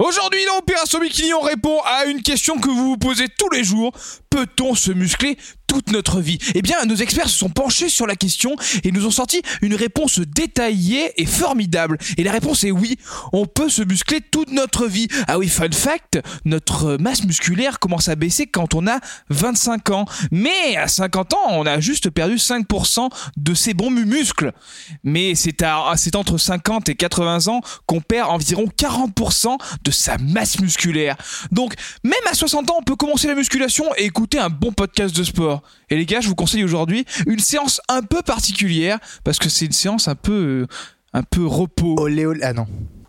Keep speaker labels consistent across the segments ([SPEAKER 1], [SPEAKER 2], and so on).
[SPEAKER 1] Aujourd'hui, dans Opération Bikini, on répond à une question que vous vous posez tous les jours. Peut-on se muscler toute notre vie Eh bien, nos experts se sont penchés sur la question et nous ont sorti une réponse détaillée et formidable. Et la réponse est oui, on peut se muscler toute notre vie. Ah oui, fun fact, notre masse musculaire commence à baisser quand on a 25 ans. Mais à 50 ans, on a juste perdu 5% de ses bons muscles. Mais c'est à- ah, c'est entre 50 et 80 ans qu'on perd environ 40% de sa masse musculaire. Donc, même à 60 ans, on peut commencer la musculation et écouter un bon podcast de sport. Et les gars, je vous conseille aujourd'hui une séance un peu particulière parce que c'est une séance un peu euh, un peu repos.
[SPEAKER 2] Olé, olé. Ah non.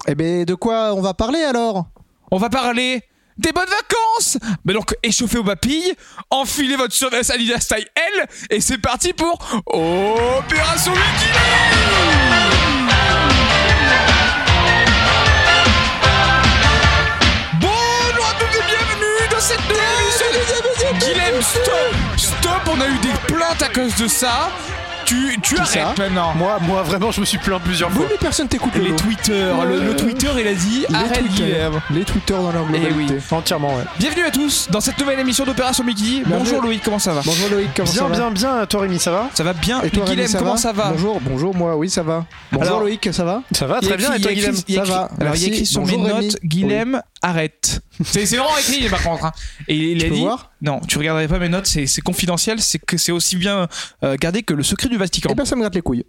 [SPEAKER 2] Eh ben, de quoi on va parler alors
[SPEAKER 1] On va parler des bonnes vacances Mais donc, échauffez vos papilles, enfilez votre survêt Adidas taille L, et c'est parti pour Opération Bikini Bonjour à tous et bienvenue dans cette nouvelle émission de Guilhem, stop Stop, on a eu des plaintes à cause de ça Tu, tu arrêtes
[SPEAKER 2] ça
[SPEAKER 1] maintenant
[SPEAKER 3] Moi, moi vraiment, je me suis plaint plusieurs
[SPEAKER 2] Oui,
[SPEAKER 3] fois.
[SPEAKER 2] mais personne t'écoute,
[SPEAKER 1] Les
[SPEAKER 2] Lolo.
[SPEAKER 1] Twitter, le, le Twitter il a dit
[SPEAKER 2] Les
[SPEAKER 1] arrête
[SPEAKER 2] Twitter.
[SPEAKER 1] Guilhem
[SPEAKER 2] Les Twitter dans leur
[SPEAKER 1] Eh
[SPEAKER 2] globalité.
[SPEAKER 1] oui.
[SPEAKER 3] Entièrement, ouais.
[SPEAKER 1] Bienvenue à tous dans cette nouvelle émission d'Opération Bikini. Bonjour Loïc, comment ça va
[SPEAKER 2] Bonjour Loïc, comment ça
[SPEAKER 3] Bien,
[SPEAKER 2] va
[SPEAKER 3] bien, bien, toi Rémi, ça va
[SPEAKER 1] Ça va bien.
[SPEAKER 2] Et toi,
[SPEAKER 1] Mais
[SPEAKER 2] Rémi,
[SPEAKER 1] Guilhem,
[SPEAKER 2] ça
[SPEAKER 1] comment
[SPEAKER 2] va
[SPEAKER 1] ça va
[SPEAKER 2] Bonjour, bonjour, moi, oui, ça va. Bonjour
[SPEAKER 1] Alors-
[SPEAKER 2] Loïc, ça va
[SPEAKER 3] Ça va,
[SPEAKER 1] Il y a
[SPEAKER 3] très bien,
[SPEAKER 1] écrit-
[SPEAKER 3] et toi
[SPEAKER 1] il y a
[SPEAKER 3] Guilhem
[SPEAKER 1] écrit- il y a
[SPEAKER 2] Ça va,
[SPEAKER 1] écrit- Alors il y a
[SPEAKER 2] merci.
[SPEAKER 1] écrit sur mes
[SPEAKER 2] Bonjour, Rémi.
[SPEAKER 1] notes Guilhem, arrête. C'est c'est vraiment écrit par contre. hein. Et il
[SPEAKER 2] Tu
[SPEAKER 1] a
[SPEAKER 2] peux
[SPEAKER 1] dit
[SPEAKER 2] voir
[SPEAKER 1] non, tu regarderais pas mes notes, c'est c'est confidentiel, c'est que c'est aussi bien euh, gardé que le secret du Vatican.
[SPEAKER 2] Eh ben, ça me gratte les couilles.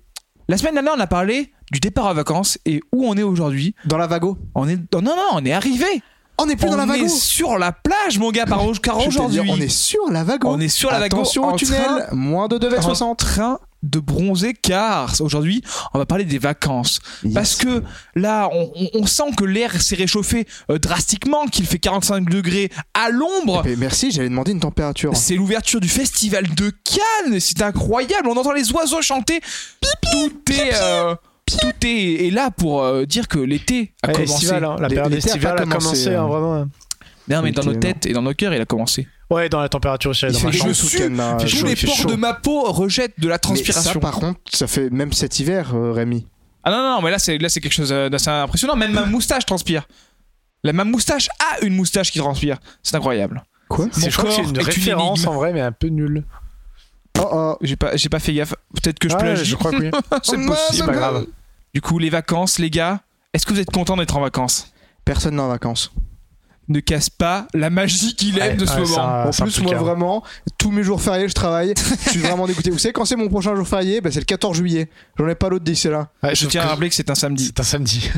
[SPEAKER 1] La semaine dernière, on a parlé du départ en vacances et où on est aujourd'hui.
[SPEAKER 2] Dans la vago.
[SPEAKER 1] On est non non, non, on est arrivé.
[SPEAKER 2] On n'est plus
[SPEAKER 1] on
[SPEAKER 2] dans la
[SPEAKER 1] est
[SPEAKER 2] vago.
[SPEAKER 1] sur la plage mon gars par car
[SPEAKER 2] Je vais te
[SPEAKER 1] aujourd'hui.
[SPEAKER 2] dire, on est sur la vago.
[SPEAKER 1] on est sur la vacances
[SPEAKER 2] Attention au tunnel, moins de
[SPEAKER 1] en
[SPEAKER 2] 2,60
[SPEAKER 1] train de bronzer car aujourd'hui on va parler des vacances
[SPEAKER 2] Yes.
[SPEAKER 1] parce que là on, on- on sent que l'air s'est réchauffé euh, drastiquement qu'il fait 45 degrés à l'ombre
[SPEAKER 2] Eh ben, merci, j'avais demandé une température.
[SPEAKER 1] c'est l'ouverture du festival de Cannes c'est incroyable on entend les oiseaux chanter tout est euh, tout est, est là pour euh, dire que l'été a
[SPEAKER 3] Ouais,
[SPEAKER 1] commencé
[SPEAKER 3] estival, hein, la
[SPEAKER 2] Les-
[SPEAKER 3] période
[SPEAKER 2] l'été a pas
[SPEAKER 3] estivale a
[SPEAKER 2] commencé,
[SPEAKER 3] commencé,
[SPEAKER 2] hein.
[SPEAKER 3] hein, vraiment. hein.
[SPEAKER 1] non mais dans nos
[SPEAKER 2] Effectivement.
[SPEAKER 1] têtes et dans nos cœurs il a commencé
[SPEAKER 3] Ouais, dans la température, je suis allé
[SPEAKER 2] Il
[SPEAKER 3] dans
[SPEAKER 1] je
[SPEAKER 2] fait
[SPEAKER 3] ma
[SPEAKER 2] chaud
[SPEAKER 3] chambre.
[SPEAKER 2] ce
[SPEAKER 1] suis-
[SPEAKER 2] week-end, là.
[SPEAKER 3] il fait
[SPEAKER 1] tous
[SPEAKER 3] chaud,
[SPEAKER 1] les
[SPEAKER 3] il fait
[SPEAKER 1] pores
[SPEAKER 3] chaud.
[SPEAKER 1] de ma peau rejettent de la
[SPEAKER 2] Mais
[SPEAKER 1] transpiration
[SPEAKER 2] ça, par contre, ça fait même cet hiver, euh, Rémi.
[SPEAKER 1] Ah non, non, non, mais là, c'est, là, c'est quelque chose euh, d'assez impressionnant. Même ma moustache transpire. La, ma moustache a une moustache qui transpire. C'est incroyable.
[SPEAKER 2] Quoi
[SPEAKER 3] C'est-
[SPEAKER 1] Mon
[SPEAKER 3] Je crois que c'est
[SPEAKER 1] corps
[SPEAKER 3] une
[SPEAKER 1] est une
[SPEAKER 3] référence
[SPEAKER 1] énigme.
[SPEAKER 3] en vrai, mais un peu nulle.
[SPEAKER 2] Oh oh.
[SPEAKER 1] J'ai pas, j'ai pas fait gaffe. Peut-être que je
[SPEAKER 3] Ouais,
[SPEAKER 1] plagie.
[SPEAKER 3] je crois que oui.
[SPEAKER 1] Ah, c'est
[SPEAKER 2] Oh,
[SPEAKER 1] possible.
[SPEAKER 3] C'est pas grave.
[SPEAKER 1] Du coup, les vacances, les gars, est-ce que vous êtes contents d'être en vacances
[SPEAKER 2] Personne n'est en vacances.
[SPEAKER 1] Ne casse pas la magie qu'il aime
[SPEAKER 3] Ouais,
[SPEAKER 1] de ce
[SPEAKER 3] ouais, c'est
[SPEAKER 1] moment.
[SPEAKER 3] un-
[SPEAKER 2] en
[SPEAKER 3] c'est un
[SPEAKER 2] plus,
[SPEAKER 3] truc,
[SPEAKER 2] moi
[SPEAKER 3] hein.
[SPEAKER 2] vraiment, tous mes jours fériés, je travaille. je suis vraiment dégoûté. Vous savez quand c'est mon prochain jour férié Bah, C'est le 14 juillet. J'en ai pas l'autre d'ici là.
[SPEAKER 3] Ouais,
[SPEAKER 1] Je
[SPEAKER 3] sauf
[SPEAKER 1] tiens à
[SPEAKER 3] que
[SPEAKER 1] rappeler que c'est un samedi.
[SPEAKER 3] C'est un samedi.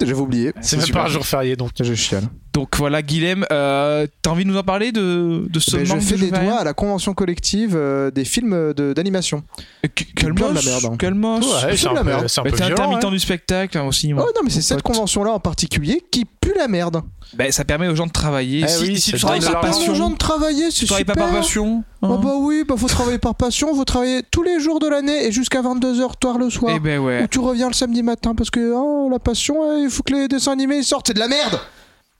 [SPEAKER 2] J'avais oublié.
[SPEAKER 3] C'est
[SPEAKER 1] c'est
[SPEAKER 3] même
[SPEAKER 1] super.
[SPEAKER 3] pas un jour férié, donc.
[SPEAKER 2] Je chiale.
[SPEAKER 1] Donc voilà, Guilhem, euh, t'as envie de nous en parler de, de ce
[SPEAKER 2] Ben, je
[SPEAKER 1] manque
[SPEAKER 2] fais
[SPEAKER 1] de
[SPEAKER 2] des
[SPEAKER 1] journalisme
[SPEAKER 2] doigts à la convention collective euh, des films de- d'animation.
[SPEAKER 1] Euh, que- Quelle
[SPEAKER 2] plein de la
[SPEAKER 1] moche,
[SPEAKER 2] merde, hein.
[SPEAKER 1] quelle moche.
[SPEAKER 3] Ouais, c'est
[SPEAKER 2] de
[SPEAKER 3] un
[SPEAKER 2] la
[SPEAKER 3] peu,
[SPEAKER 2] merde.
[SPEAKER 3] c'est un
[SPEAKER 1] Mais
[SPEAKER 3] peu
[SPEAKER 1] t'es
[SPEAKER 3] violent.
[SPEAKER 1] Bah, intermittent
[SPEAKER 3] hein.
[SPEAKER 1] du spectacle hein, aussi. moi.
[SPEAKER 2] Oh non, mais c'est cette
[SPEAKER 1] pote.
[SPEAKER 2] convention-là en particulier qui pue la merde. Ah,
[SPEAKER 1] Ben, ça permet aux gens de travailler.
[SPEAKER 3] Oh. Eh
[SPEAKER 1] si,
[SPEAKER 3] oui,
[SPEAKER 1] si
[SPEAKER 3] ça
[SPEAKER 1] tu travailles
[SPEAKER 3] donne de
[SPEAKER 1] par
[SPEAKER 3] l'argent.
[SPEAKER 1] passion,
[SPEAKER 2] aux gens de travailler,
[SPEAKER 1] tu
[SPEAKER 2] c'est
[SPEAKER 1] travailles
[SPEAKER 2] super.
[SPEAKER 1] pas par passion.
[SPEAKER 3] Oh,
[SPEAKER 1] hein.
[SPEAKER 2] Ah bah oui, bah faut travailler par passion, faut travailler tous les jours de l'année et jusqu'à 22h tard le soir.
[SPEAKER 1] Eh ben
[SPEAKER 2] Ou
[SPEAKER 1] ouais.
[SPEAKER 2] tu reviens le samedi matin parce que oh, la passion, eh, il faut que les dessins animés ils sortent, c'est de la merde.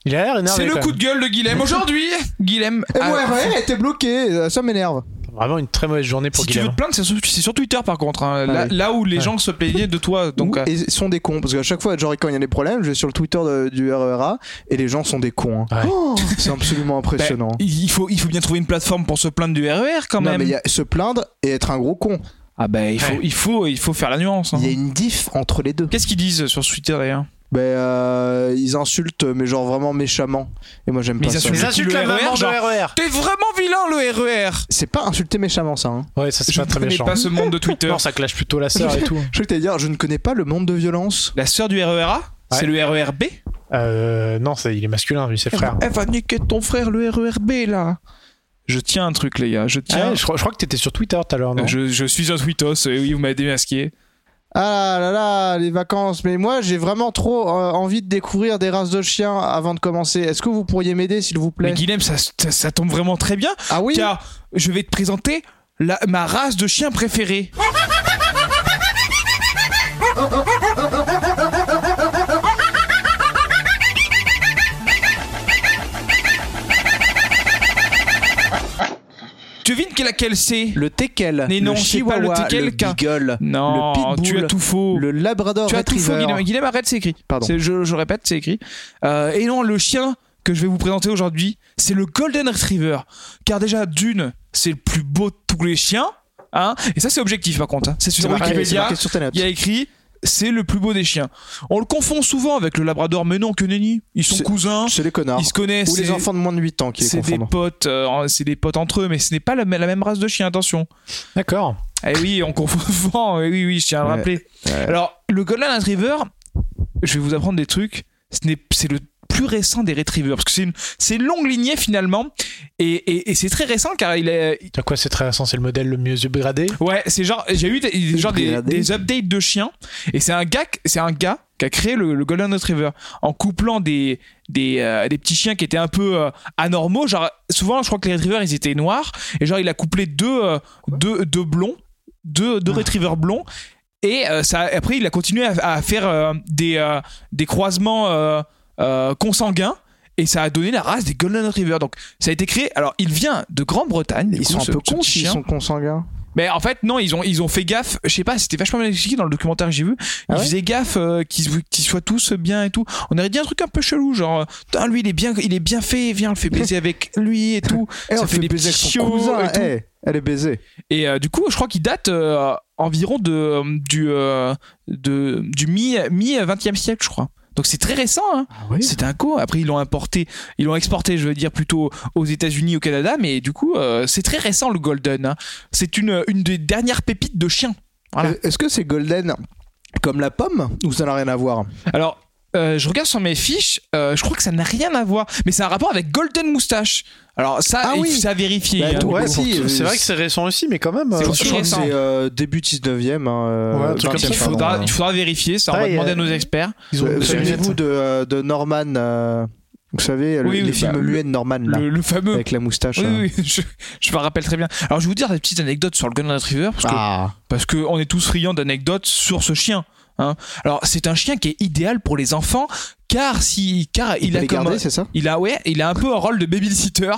[SPEAKER 3] Il a l'air énervé.
[SPEAKER 1] C'est le
[SPEAKER 3] quand
[SPEAKER 1] coup de gueule de Guilhem aujourd'hui. Guilhem,
[SPEAKER 2] Et
[SPEAKER 1] ah,
[SPEAKER 2] moi, Eh, ouais, elle était bloquée, euh, ça m'énerve.
[SPEAKER 3] même. Vraiment une très mauvaise journée pour
[SPEAKER 1] si tu veux
[SPEAKER 3] Guilhem.
[SPEAKER 1] te plaindre, c'est sur, c'est sur Twitter par contre. hein,
[SPEAKER 2] Ah
[SPEAKER 1] là,
[SPEAKER 2] oui.
[SPEAKER 1] là où les
[SPEAKER 3] Ouais.
[SPEAKER 1] gens se plaignaient de toi. Donc,
[SPEAKER 2] Ou-
[SPEAKER 1] euh,
[SPEAKER 2] et sont des cons parce qu'à chaque fois, genre quand il y a des problèmes, je vais sur le Twitter de- du RERA et les gens sont des cons. hein.
[SPEAKER 3] Ouais.
[SPEAKER 2] Oh, c'est absolument
[SPEAKER 1] ben,
[SPEAKER 2] impressionnant.
[SPEAKER 1] il, faut, il faut bien trouver une plateforme pour se plaindre du RER quand
[SPEAKER 2] non
[SPEAKER 1] même.
[SPEAKER 2] mais il y a se plaindre et être un gros con.
[SPEAKER 1] Ah ben il faut,
[SPEAKER 3] Ouais.
[SPEAKER 1] il, faut, il faut faire la nuance. hein.
[SPEAKER 2] Il y a une diff entre les deux.
[SPEAKER 1] Qu'est-ce qu'ils disent sur Twitter d'ailleurs
[SPEAKER 2] Ben euh, ils insultent mais genre vraiment méchamment et moi j'aime
[SPEAKER 1] Mais ils
[SPEAKER 2] pas ça.
[SPEAKER 1] insultent-
[SPEAKER 3] Ils
[SPEAKER 1] Le
[SPEAKER 3] insultent
[SPEAKER 1] RER,
[SPEAKER 3] la maman de
[SPEAKER 1] genre.
[SPEAKER 3] RER.
[SPEAKER 1] T'es vraiment vilain le RER
[SPEAKER 2] C'est pas insulter méchamment ça. hein.
[SPEAKER 3] Ouais, ça c'est
[SPEAKER 1] Je
[SPEAKER 3] pas très
[SPEAKER 1] connais
[SPEAKER 3] méchant.
[SPEAKER 1] pas ce monde de Twitter.
[SPEAKER 3] Non, ça clash plutôt la sœur et tout.
[SPEAKER 2] Je voulais te dire, je ne connais pas le monde de violence.
[SPEAKER 1] La sœur du RERA C'est
[SPEAKER 3] Ouais.
[SPEAKER 1] le E RERB
[SPEAKER 3] Euh, non, c'est- il est masculin, lui, c'est le frère.
[SPEAKER 1] Elle va niquer ton frère, le RERB, là. Je tiens un truc, les gars. Je tiens. euh,
[SPEAKER 3] Ouais, je, crois, je crois que t'étais sur Twitter tout à l'heure, non
[SPEAKER 1] je, je suis un tweetos. Et oui, vous m'avez démasqué.
[SPEAKER 2] Ah là là, les vacances. Mais moi, j'ai vraiment trop euh, envie de découvrir des races de chiens avant de commencer. Est-ce que vous pourriez m'aider, s'il vous
[SPEAKER 1] Mais
[SPEAKER 2] plaît
[SPEAKER 1] Guilhem, ça, ça, ça tombe vraiment très bien.
[SPEAKER 2] Ah oui
[SPEAKER 1] Car je vais te présenter la- ma race de chien préférée. devines quelle laquelle c'est
[SPEAKER 4] Le teckel,
[SPEAKER 1] Mais non,
[SPEAKER 4] le
[SPEAKER 1] c'est pas le
[SPEAKER 4] chihuahua,
[SPEAKER 1] teckel
[SPEAKER 4] le
[SPEAKER 1] qu'un-
[SPEAKER 4] beagle,
[SPEAKER 1] Non,
[SPEAKER 4] le pitbull,
[SPEAKER 1] tu as tout faux.
[SPEAKER 4] le labrador
[SPEAKER 1] tu as tout faux,
[SPEAKER 4] retriever.
[SPEAKER 1] Guillaume. Guillaume, arrête, c'est écrit.
[SPEAKER 4] Pardon.
[SPEAKER 1] C'est- Je, je répète, c'est écrit. Euh, et non, le chien que je vais vous présenter aujourd'hui, c'est le Golden Retriever. Car déjà, d'une, c'est le plus beau de tous les chiens. Hein et ça, c'est objectif par contre. hein. C'est sur
[SPEAKER 2] marqué- c'est
[SPEAKER 1] Wikipédia.
[SPEAKER 2] marqué sur ta note.
[SPEAKER 1] Il y a écrit. C'est le plus beau des chiens. On le confond souvent avec le Labrador, mais non, que nenni. Ils sont
[SPEAKER 2] C'est-
[SPEAKER 1] cousins,
[SPEAKER 2] C'est les connards.
[SPEAKER 1] ils se connaissent.
[SPEAKER 2] Ou les
[SPEAKER 1] c'est-
[SPEAKER 2] enfants de moins de 8 ans qui les
[SPEAKER 1] C'est des
[SPEAKER 2] confondent.
[SPEAKER 1] potes, euh, c'est des potes entre eux, mais ce n'est pas la, la même race de chien. Attention.
[SPEAKER 3] D'accord.
[SPEAKER 1] Eh oui, on confond souvent. Eh oui, oui, je tiens à le
[SPEAKER 2] Ouais,
[SPEAKER 1] rappeler. Alors, le Golden Retriever, je vais vous apprendre des trucs. Ce n'est- C'est le plus récent des Retrievers. Parce que c'est une, c'est une longue lignée finalement. Et, et- et c'est très récent car il est.
[SPEAKER 3] Tu quoi, c'est très récent, c'est le modèle le mieux upgradé.
[SPEAKER 1] Ouais, c'est genre. J'ai eu des, genre des,
[SPEAKER 4] Upgradé.
[SPEAKER 1] des updates de chiens. Et c'est un gars, c'est un gars qui a créé le, le Golden Retriever en couplant des, des, euh, des petits chiens qui étaient un peu euh, anormaux. Genre, souvent, je crois que les Retrievers, ils étaient noirs. Et genre, il a couplé deux, euh, deux, deux blonds, deux, deux Retrievers blonds. Et euh, ça, après, il a continué à, à faire euh, des, euh, des croisements euh, euh, consanguins. Et ça a donné la race des Golden Retrievers. Donc, ça a été créé. Alors, il vient de Grande-Bretagne. du
[SPEAKER 2] Ils
[SPEAKER 1] coup,
[SPEAKER 2] sont un
[SPEAKER 1] ce-
[SPEAKER 2] peu
[SPEAKER 1] ce
[SPEAKER 2] cons
[SPEAKER 1] petit
[SPEAKER 2] s'ils
[SPEAKER 1] chien.
[SPEAKER 2] sont consanguins.
[SPEAKER 1] Mais en fait, non, ils ont, ils ont fait gaffe. Je sais pas, c'était vachement bien expliqué dans le documentaire que j'ai vu. Ils
[SPEAKER 2] Ah ouais
[SPEAKER 1] faisaient gaffe euh, qu'ils qu'ils soient tous bien et tout. On aurait dit un truc un peu chelou, genre, euh, Putain, lui, il est bien, il est bien fait, viens, on le fait baiser avec lui et tout.
[SPEAKER 2] Eh,
[SPEAKER 1] Ça
[SPEAKER 2] on
[SPEAKER 1] fait
[SPEAKER 2] fait
[SPEAKER 1] des
[SPEAKER 2] baiser avec
[SPEAKER 1] petits
[SPEAKER 2] son
[SPEAKER 1] chiots
[SPEAKER 2] cousin.
[SPEAKER 1] et tout.
[SPEAKER 2] eh, elle est baisée.
[SPEAKER 1] Et euh, du coup, je crois qu'il date euh, environ de, euh, du, euh, de, du mi, mi 20e siècle, je crois. Donc c'est très récent, hein. c'est un co. Après ils l'ont importé, ils l'ont exporté, je veux dire plutôt aux États-Unis, au Canada, mais du coup euh, c'est très récent le Golden. hein. C'est une, une des dernières pépites de chien. Voilà.
[SPEAKER 2] Euh, Est-ce que c'est golden comme la pomme ou ça n'a rien à voir
[SPEAKER 1] Alors, euh, je regarde sur mes fiches, euh, je crois que ça n'a rien à voir, mais c'est un rapport avec Golden Moustache. Alors ça,
[SPEAKER 2] Ah
[SPEAKER 1] il-
[SPEAKER 2] oui.
[SPEAKER 1] ça vérifie.
[SPEAKER 2] Bah,
[SPEAKER 1] hein.
[SPEAKER 2] tout-
[SPEAKER 3] Ouais,
[SPEAKER 2] Ouais,
[SPEAKER 3] si, euh,
[SPEAKER 2] pour tout-
[SPEAKER 3] c'est vrai que c'est récent aussi, mais quand même.
[SPEAKER 1] C'est
[SPEAKER 3] euh,
[SPEAKER 1] aussi
[SPEAKER 2] Je crois que
[SPEAKER 1] récent.
[SPEAKER 2] c'est euh, début 19e. hein, euh,
[SPEAKER 3] Ouais, un truc comme ça.
[SPEAKER 2] 20e,
[SPEAKER 1] il,
[SPEAKER 2] pardon.
[SPEAKER 1] faudra, Bah, il faudra vérifier ça, on va
[SPEAKER 3] Pareil,
[SPEAKER 1] demander à
[SPEAKER 3] euh,
[SPEAKER 1] nos experts.
[SPEAKER 3] Ils ont
[SPEAKER 2] Euh,
[SPEAKER 1] c'est
[SPEAKER 2] Souvenez-vous de, euh, de Norman. euh, vous savez, le-
[SPEAKER 1] Oui,
[SPEAKER 2] les
[SPEAKER 1] oui,
[SPEAKER 2] films
[SPEAKER 1] bah,
[SPEAKER 2] muets de Norman, là,
[SPEAKER 1] Le, le fameux
[SPEAKER 2] avec la moustache.
[SPEAKER 1] Oui,
[SPEAKER 2] euh.
[SPEAKER 1] oui, je, je me rappelle très bien. Alors, je vais vous dire des petites anecdotes sur le Golden Retriever parce que,
[SPEAKER 2] Ah.
[SPEAKER 1] parce que on est tous friands d'anecdotes sur ce chien. hein. Alors, c'est un chien qui est idéal pour les enfants car si car il,
[SPEAKER 2] peut
[SPEAKER 1] a
[SPEAKER 2] les garder,
[SPEAKER 1] comme
[SPEAKER 2] c'est ça
[SPEAKER 1] il a ouais, il a un peu un rôle de babysitter.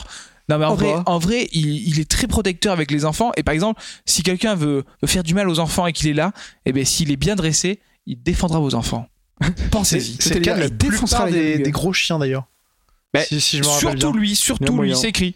[SPEAKER 1] Non mais en
[SPEAKER 2] Oh,
[SPEAKER 1] vrai,
[SPEAKER 2] bah.
[SPEAKER 1] en vrai, il, il est très protecteur avec les enfants et par exemple, si quelqu'un veut, veut faire du mal aux enfants et qu'il est là, eh ben s'il est bien dressé, il défendra vos enfants.
[SPEAKER 3] C'est
[SPEAKER 1] Pensez-y.
[SPEAKER 3] c'est le cas de la
[SPEAKER 2] Il défoncera
[SPEAKER 3] plupart
[SPEAKER 2] la
[SPEAKER 3] des,
[SPEAKER 2] gueule.
[SPEAKER 3] des gros chiens d'ailleurs.
[SPEAKER 1] Bah,
[SPEAKER 3] si, si je me rappelle bien.
[SPEAKER 1] Surtout lui,
[SPEAKER 2] Il y a
[SPEAKER 1] surtout lui,
[SPEAKER 2] moyen.
[SPEAKER 1] c'est écrit.